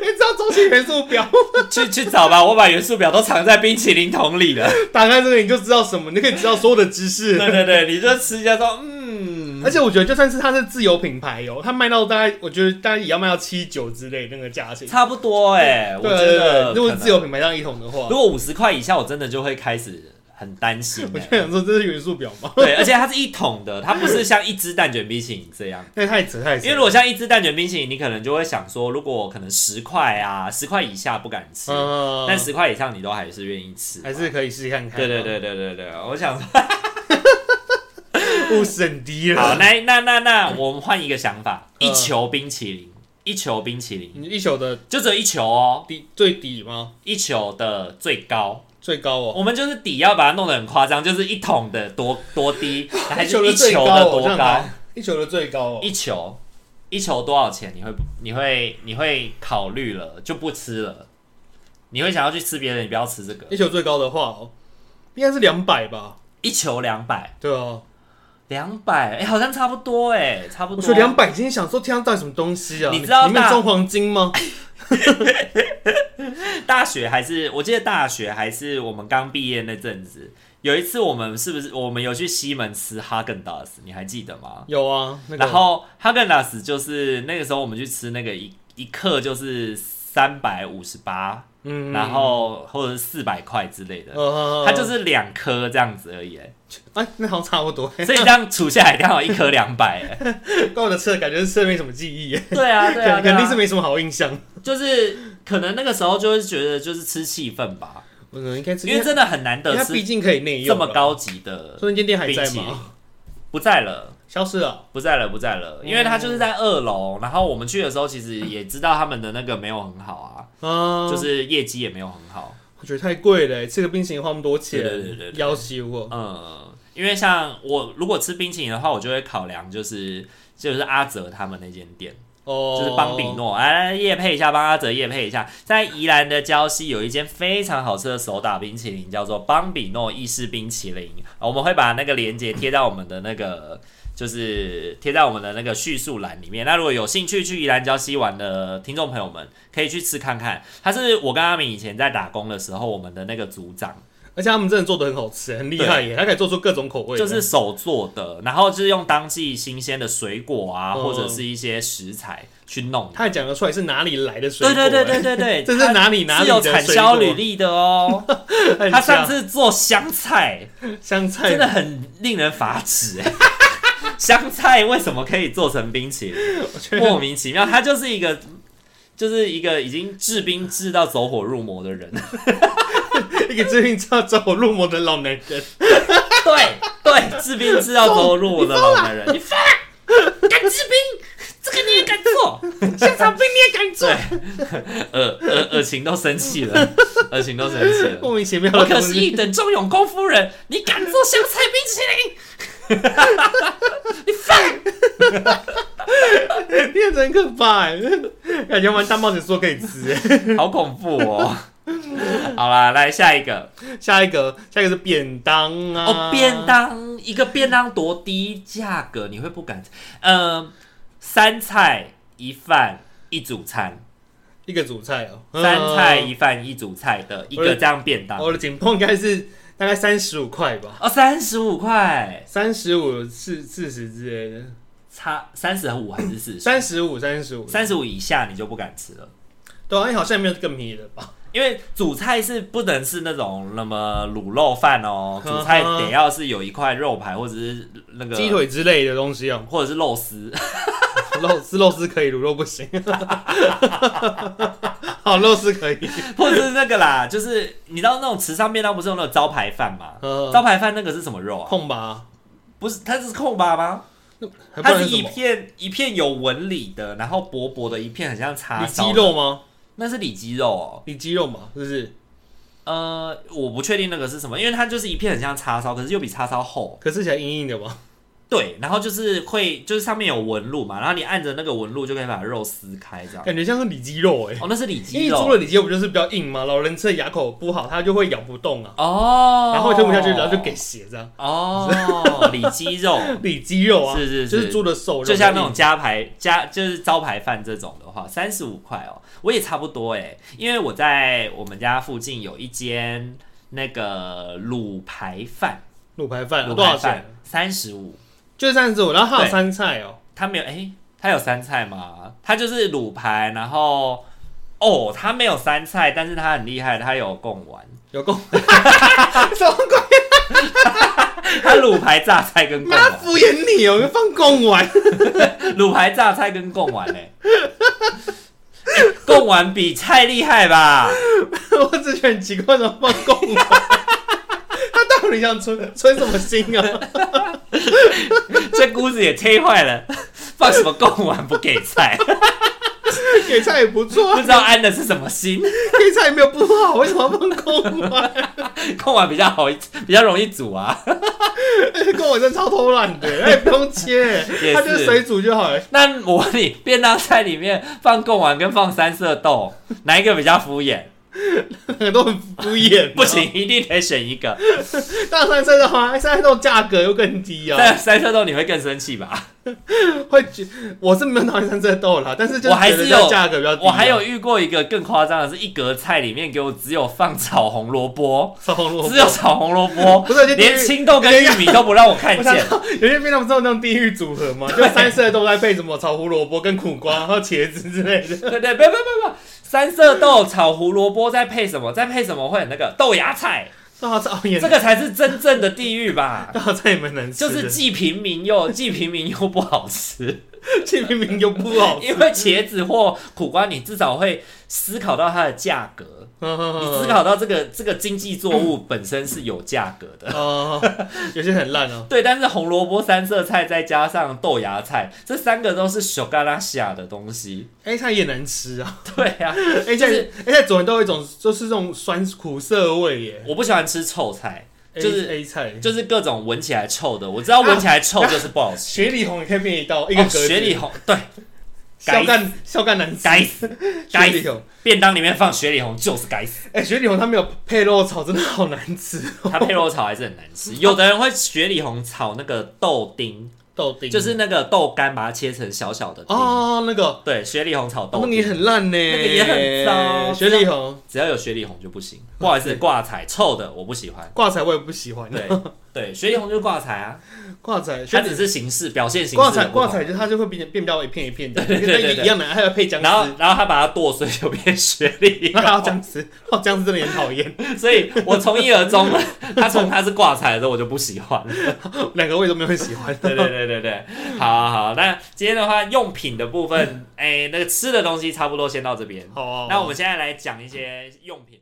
[SPEAKER 2] 你知道中性元素表吗，
[SPEAKER 1] 去去找吧，我把元素表都藏在冰淇淋桶里了。
[SPEAKER 2] 打开这个你就知道什么，你可以知道所有的知
[SPEAKER 1] 对
[SPEAKER 2] 识。
[SPEAKER 1] 对对，你就吃一下说，嗯，
[SPEAKER 2] 而且我觉得，就算是它是自有品牌哦，它卖到大概，我觉得大概也要卖到七九之类那个价钱。
[SPEAKER 1] 差不多哎、我
[SPEAKER 2] 对
[SPEAKER 1] 觉
[SPEAKER 2] 对
[SPEAKER 1] 得
[SPEAKER 2] 对，
[SPEAKER 1] 可
[SPEAKER 2] 如果是
[SPEAKER 1] 能
[SPEAKER 2] 自有品牌这样一桶的话
[SPEAKER 1] 如，果五十块以下，我真的就会开始很担心
[SPEAKER 2] 我
[SPEAKER 1] 欸、
[SPEAKER 2] 就想说这是元素表吗？
[SPEAKER 1] 对，而且它是一桶的，它不是像一只蛋卷冰淇淋这 样。
[SPEAKER 2] 那太扯太扯，
[SPEAKER 1] 因为如果像一只蛋卷冰淇淋，你可能就会想说，如果可能十块啊，十块以下不敢吃，
[SPEAKER 2] 嗯，
[SPEAKER 1] 但十块以上你都还是愿意吃。
[SPEAKER 2] 还是可以试试看看。
[SPEAKER 1] 对对，对对对对，我想说，
[SPEAKER 2] 物很低
[SPEAKER 1] 好，
[SPEAKER 2] 了。
[SPEAKER 1] 那那那那我们换一个想法，
[SPEAKER 2] 嗯
[SPEAKER 1] 一球冰淇淋，一球冰淇淋，
[SPEAKER 2] 你一宿的
[SPEAKER 1] 就只有一球哦，
[SPEAKER 2] 底最底吗？
[SPEAKER 1] 一球的最高，
[SPEAKER 2] 最高哦，
[SPEAKER 1] 我们就是底要把它弄得很夸张，就是一桶的多多低，还是一
[SPEAKER 2] 的最
[SPEAKER 1] 球
[SPEAKER 2] 高
[SPEAKER 1] 的
[SPEAKER 2] 哦，这
[SPEAKER 1] 多
[SPEAKER 2] 样
[SPEAKER 1] 高
[SPEAKER 2] 吧？一宿的最高哦，
[SPEAKER 1] 一球一球多少钱？你会你会你会考虑了就不吃了，你会想要去吃别的，你不要吃这个。
[SPEAKER 2] 一宿最高的话哦，应该是两百吧？
[SPEAKER 1] 一球两百，
[SPEAKER 2] 对啊，
[SPEAKER 1] 两百，哎，好像差不多哎、差不
[SPEAKER 2] 我
[SPEAKER 1] 多。
[SPEAKER 2] 说两百，今天想说天上到底什么东西啊？
[SPEAKER 1] 你知道
[SPEAKER 2] 里面
[SPEAKER 1] 大
[SPEAKER 2] 装黄金吗？
[SPEAKER 1] 大学还是我记得大学还是我们刚毕业那阵子，有一次我们是不是我们有去西门吃哈根达斯？你还记得吗？
[SPEAKER 2] 有啊，那个
[SPEAKER 1] 然后哈根达斯就是那个时候我们去吃那个一一克就是三百五十八，
[SPEAKER 2] 嗯
[SPEAKER 1] 然后或者是四百块之类的，
[SPEAKER 2] 呃，
[SPEAKER 1] 它就是两颗这样子而已，哎
[SPEAKER 2] 哎，那好像差不多。
[SPEAKER 1] 所以这样除下来刚好一颗两百，哎，
[SPEAKER 2] 跟我的吃的感觉是吃的没什么记忆耶，
[SPEAKER 1] 对啊，对啊，
[SPEAKER 2] 肯肯定是
[SPEAKER 1] 对啊
[SPEAKER 2] 没什么好印象。
[SPEAKER 1] 就是可能那个时候就会觉得就是吃气氛吧，
[SPEAKER 2] 我应该吃，
[SPEAKER 1] 因为真的很难
[SPEAKER 2] 因为
[SPEAKER 1] 得
[SPEAKER 2] 它毕
[SPEAKER 1] 吃
[SPEAKER 2] 竟可以内
[SPEAKER 1] 这
[SPEAKER 2] 用了
[SPEAKER 1] 么，高级的
[SPEAKER 2] 所以那间店还
[SPEAKER 1] 冰
[SPEAKER 2] 在
[SPEAKER 1] 淇淋
[SPEAKER 2] 吗？，
[SPEAKER 1] 不在了。
[SPEAKER 2] 消失了。
[SPEAKER 1] 不在了，不在了，
[SPEAKER 2] 嗯
[SPEAKER 1] 因为它就是在二楼。然后我们去的时候，其实也知道他们的那个没有很好啊，
[SPEAKER 2] 啊，
[SPEAKER 1] 就是业绩也没有很好。
[SPEAKER 2] 我觉得太贵了，吃个冰淇淋花那么多钱，
[SPEAKER 1] 对对对对对
[SPEAKER 2] 要挟我。
[SPEAKER 1] 嗯，因为像我如果吃冰淇淋的话，我就会考量就是就是阿泽他们那间店，
[SPEAKER 2] 哦，
[SPEAKER 1] 就是邦比诺，哎，夜配一下，帮阿泽夜配一下，在宜兰的礁溪有一间非常好吃的手打冰淇淋，叫做邦比诺意式冰淇淋。啊我们会把那个链接贴到我们的那个。就是贴在我们的那个叙述栏里面。那如果有兴趣去宜兰礁溪玩的听众朋友们，可以去吃看看。它是我跟阿明以前在打工的时候，我们的那个组长
[SPEAKER 2] 而且他们真的做的很好吃，很厉害耶，他可以做出各种口味的，
[SPEAKER 1] 就是手做的，然后就是用当季新鲜的水果啊，
[SPEAKER 2] 嗯
[SPEAKER 1] 或者是一些食材去弄的。
[SPEAKER 2] 他也讲得出来是哪里来的水
[SPEAKER 1] 对
[SPEAKER 2] 果。哎
[SPEAKER 1] 对对对对对，
[SPEAKER 2] 这是哪里
[SPEAKER 1] 它
[SPEAKER 2] 哪里
[SPEAKER 1] 是有
[SPEAKER 2] 的
[SPEAKER 1] 产销履历的哦。
[SPEAKER 2] 水果？
[SPEAKER 1] 他
[SPEAKER 2] 他
[SPEAKER 1] 上次做香 菜，
[SPEAKER 2] 香菜
[SPEAKER 1] 真的很令人发指 哎。香菜为什么可以做成冰淇 淋？莫名其妙，他就是一个。就是一个已经制冰制到走火入魔的人，
[SPEAKER 2] 一个最近叫走火入魔的老男人，
[SPEAKER 1] 对对，制冰制到走火入魔的老男人，你疯了，敢制冰，这个你也敢 做？
[SPEAKER 2] 香肠冰你也敢做？
[SPEAKER 1] 耳耳耳情都生气了，耳情都生气了。
[SPEAKER 2] 莫名其妙
[SPEAKER 1] 我
[SPEAKER 2] 的
[SPEAKER 1] 可
[SPEAKER 2] 东
[SPEAKER 1] 是
[SPEAKER 2] 西。
[SPEAKER 1] 一等忠勇功夫人，你敢做香菜冰
[SPEAKER 2] 变成可怕欸，感觉玩大冒险说可以吃
[SPEAKER 1] 淇
[SPEAKER 2] 欸。
[SPEAKER 1] 淋？好恐怖 哦！好啦，来下一个
[SPEAKER 2] 下一个，下一个是便当啊，
[SPEAKER 1] 哦，便当一个便当多低价格，你会不敢？呃，三菜一饭一主餐，
[SPEAKER 2] 一个主菜哦，
[SPEAKER 1] 三菜
[SPEAKER 2] 嗯
[SPEAKER 1] 一饭一主菜的一个这样便当
[SPEAKER 2] 我的紧绷应该是大概三十五块吧，
[SPEAKER 1] 哦，三十五块，
[SPEAKER 2] 三十五四四十之类的，
[SPEAKER 1] 差三十五还是四十？
[SPEAKER 2] 三十五三十五，
[SPEAKER 1] 三十五以下你就不敢吃了。
[SPEAKER 2] 对啊，因为好像没有更便宜的吧？
[SPEAKER 1] 因为主菜是不能是那种那么卤肉饭哦，
[SPEAKER 2] 呵呵
[SPEAKER 1] 主菜得要是有一块肉排或者是那个
[SPEAKER 2] 鸡，腿之类的东西哦，
[SPEAKER 1] 或者是肉丝。
[SPEAKER 2] 肉丝肉丝可以，卤肉不行。 好，肉丝可以，
[SPEAKER 1] 或者是那个啦，就是你知道那种慈善便当不是有那种招牌饭吗？
[SPEAKER 2] 嗯
[SPEAKER 1] 招牌饭那个是什么肉啊？
[SPEAKER 2] 碰吧，
[SPEAKER 1] 不是，它是空巴吗？
[SPEAKER 2] 还不
[SPEAKER 1] 它
[SPEAKER 2] 然
[SPEAKER 1] 是
[SPEAKER 2] 什
[SPEAKER 1] 一
[SPEAKER 2] 么？
[SPEAKER 1] 片一片有纹理的，然后薄薄的一片，很像叉
[SPEAKER 2] 你
[SPEAKER 1] 烧。
[SPEAKER 2] 鸡肉？吗？
[SPEAKER 1] 那是里脊肉哦。
[SPEAKER 2] 你鸡肉嘛，是不是？
[SPEAKER 1] 呃，我不确定那个是什么，因为它就是一片很像叉烧，可是又比叉烧厚。
[SPEAKER 2] 可是起来硬硬的嘛，
[SPEAKER 1] 对，然后就是会，就是上面有纹路嘛，然后你按着那个纹路就可以把肉撕开，这样。
[SPEAKER 2] 感觉像是里脊肉哎、欸。
[SPEAKER 1] 哦，那是里
[SPEAKER 2] 因
[SPEAKER 1] 脊
[SPEAKER 2] 为猪的
[SPEAKER 1] 肉。
[SPEAKER 2] 里脊肉不就是比较硬嘛，老人吃的牙口不好，他就会咬不动啊，
[SPEAKER 1] 哦。
[SPEAKER 2] 然后吞不下去，然后就给。血这样。
[SPEAKER 1] 哦，里脊肉，
[SPEAKER 2] 里脊肉啊，
[SPEAKER 1] 是是是
[SPEAKER 2] 就是猪的瘦肉，
[SPEAKER 1] 就像那种加牌加就是招牌饭这种的话，三十五块哦，我也差不多哎，因为我在我们家附近有一间那个卤排饭，
[SPEAKER 2] 卤排饭啊
[SPEAKER 1] 卤
[SPEAKER 2] 多
[SPEAKER 1] 排
[SPEAKER 2] 少钱
[SPEAKER 1] 饭？三十五，
[SPEAKER 2] 就是三十五，然后还有
[SPEAKER 1] 对
[SPEAKER 2] 三菜哦，
[SPEAKER 1] 它没有哎、它有三菜吗？它就是卤排，然后哦，它没有三菜，但是它很厉害，它有贡丸。
[SPEAKER 2] 有够什么鬼？
[SPEAKER 1] 它卤排榨菜跟贡
[SPEAKER 2] 妈
[SPEAKER 1] 丸，
[SPEAKER 2] 敷衍你哦，放贡丸，
[SPEAKER 1] 卤排榨菜跟贡丸嘞、欸 贡丸比菜厉害吧？
[SPEAKER 2] 我只觉得很奇怪，怎么放贡丸？ 他到底想存存什么心啊？
[SPEAKER 1] 这姑子也忒坏了，放什么贡丸不给菜？
[SPEAKER 2] 给菜也不错
[SPEAKER 1] 不
[SPEAKER 2] 啊，
[SPEAKER 1] 知道安的是什么心？
[SPEAKER 2] 给菜也没有不好，为什么要放贡丸？
[SPEAKER 1] 贡丸比较好，比较容易煮啊。
[SPEAKER 2] 而且哎贡丸真的超偷懒的，他也不用切，
[SPEAKER 1] 也是
[SPEAKER 2] 他就是水煮就好了。
[SPEAKER 1] 那我问你，便当菜里面放贡丸跟放三色豆，哪一个比较敷衍？
[SPEAKER 2] 很多很敷衍，啊
[SPEAKER 1] 不行，一定得选一个。
[SPEAKER 2] 大三菜的话，三菜豆价格又更低啊，
[SPEAKER 1] 但三色豆你会更生气 吧？
[SPEAKER 2] 会觉我是没有讨厌三菜豆啦，但是就
[SPEAKER 1] 我还
[SPEAKER 2] 觉得
[SPEAKER 1] 是有
[SPEAKER 2] 价格比较低啊，
[SPEAKER 1] 我还有遇过一个更夸张的是，一格菜里面给我只有放炒红萝卜，
[SPEAKER 2] 炒红萝卜
[SPEAKER 1] 只，有炒红萝卜，
[SPEAKER 2] 不是就地狱
[SPEAKER 1] 连青豆跟玉米都不让我看
[SPEAKER 2] 我想
[SPEAKER 1] 见。
[SPEAKER 2] 到有些便当不是有那种地狱组合吗？就三色豆在配什么炒胡萝卜跟苦瓜，还有茄子之类的。
[SPEAKER 1] 对对，不不不不，三色豆炒胡萝卜再配什么？再配什么会很那个豆芽 菜？
[SPEAKER 2] 大好菜也
[SPEAKER 1] 这个才是真正的地狱 吧？
[SPEAKER 2] 大好菜也蛮难吃
[SPEAKER 1] 就
[SPEAKER 2] 的，
[SPEAKER 1] 是既平民又 既平民又不好吃，
[SPEAKER 2] 既明明又不好吃。
[SPEAKER 1] 因为茄子或苦瓜，你至少会思考到它的价格。你
[SPEAKER 2] 你
[SPEAKER 1] 思考到这个这个经济作物本身是有价格的，
[SPEAKER 2] 哦，有些很烂哦。
[SPEAKER 1] 对。但是红萝卜、三色菜再加上豆芽菜，这三个都是小嘎拉下的东西。
[SPEAKER 2] A 菜也难吃啊
[SPEAKER 1] 对呀、
[SPEAKER 2] ，A 菜 A 菜左人都有一种就是这种酸苦涩味耶，
[SPEAKER 1] 我不喜欢吃臭菜，
[SPEAKER 2] A-
[SPEAKER 1] 就是
[SPEAKER 2] A 菜。
[SPEAKER 1] 就是各种闻起来臭的。我知道闻起来臭就是不好吃。
[SPEAKER 2] 雪里红也可以变一 道一个
[SPEAKER 1] 哦
[SPEAKER 2] 格子，
[SPEAKER 1] 雪里红，对，
[SPEAKER 2] 小干小干难吃。
[SPEAKER 1] 该死，该
[SPEAKER 2] 雪
[SPEAKER 1] 死
[SPEAKER 2] 里红，
[SPEAKER 1] 便当里面放雪里红就是该死。
[SPEAKER 2] 哎，雪里红它没有配肉炒，真的好难吃哦。
[SPEAKER 1] 它配肉炒还是很难 吃。有的人会雪里红炒那个豆丁，
[SPEAKER 2] 豆丁
[SPEAKER 1] 就是那个豆干，把它切成小小的丁。
[SPEAKER 2] 哦，那个
[SPEAKER 1] 对，雪里红炒
[SPEAKER 2] 那
[SPEAKER 1] 豆
[SPEAKER 2] 个
[SPEAKER 1] 丁。
[SPEAKER 2] 也很烂呢，那
[SPEAKER 1] 哦个也很 糟
[SPEAKER 2] 雪里红
[SPEAKER 1] 只要有雪里红就不行，不好意思，挂彩臭的我不喜欢。
[SPEAKER 2] 挂彩我也不喜欢，
[SPEAKER 1] 对对，雪里红就是挂彩啊，
[SPEAKER 2] 挂彩
[SPEAKER 1] 它
[SPEAKER 2] 雪
[SPEAKER 1] 只
[SPEAKER 2] 里
[SPEAKER 1] 是形式表现形式
[SPEAKER 2] 挂
[SPEAKER 1] 的不
[SPEAKER 2] 彩
[SPEAKER 1] 同。
[SPEAKER 2] 挂彩就是它就会变变到一片一片的，
[SPEAKER 1] 对对对对
[SPEAKER 2] 跟那一样的，还要配姜
[SPEAKER 1] 然后
[SPEAKER 2] 丝。
[SPEAKER 1] 然后他把它剁碎就变雪里
[SPEAKER 2] 然后还要
[SPEAKER 1] 红，
[SPEAKER 2] 姜丝，哦，姜丝真的也很讨厌，
[SPEAKER 1] 所以我从一而终了。他从他是挂彩的时候我就不喜欢了。
[SPEAKER 2] 两个味都没有很喜欢。
[SPEAKER 1] 对对对对对，好好好，那今天的话用品的部分，哎，那个吃的东西差不多先到这边。
[SPEAKER 2] 好啊，好啊
[SPEAKER 1] 那我们现在来讲一些用品。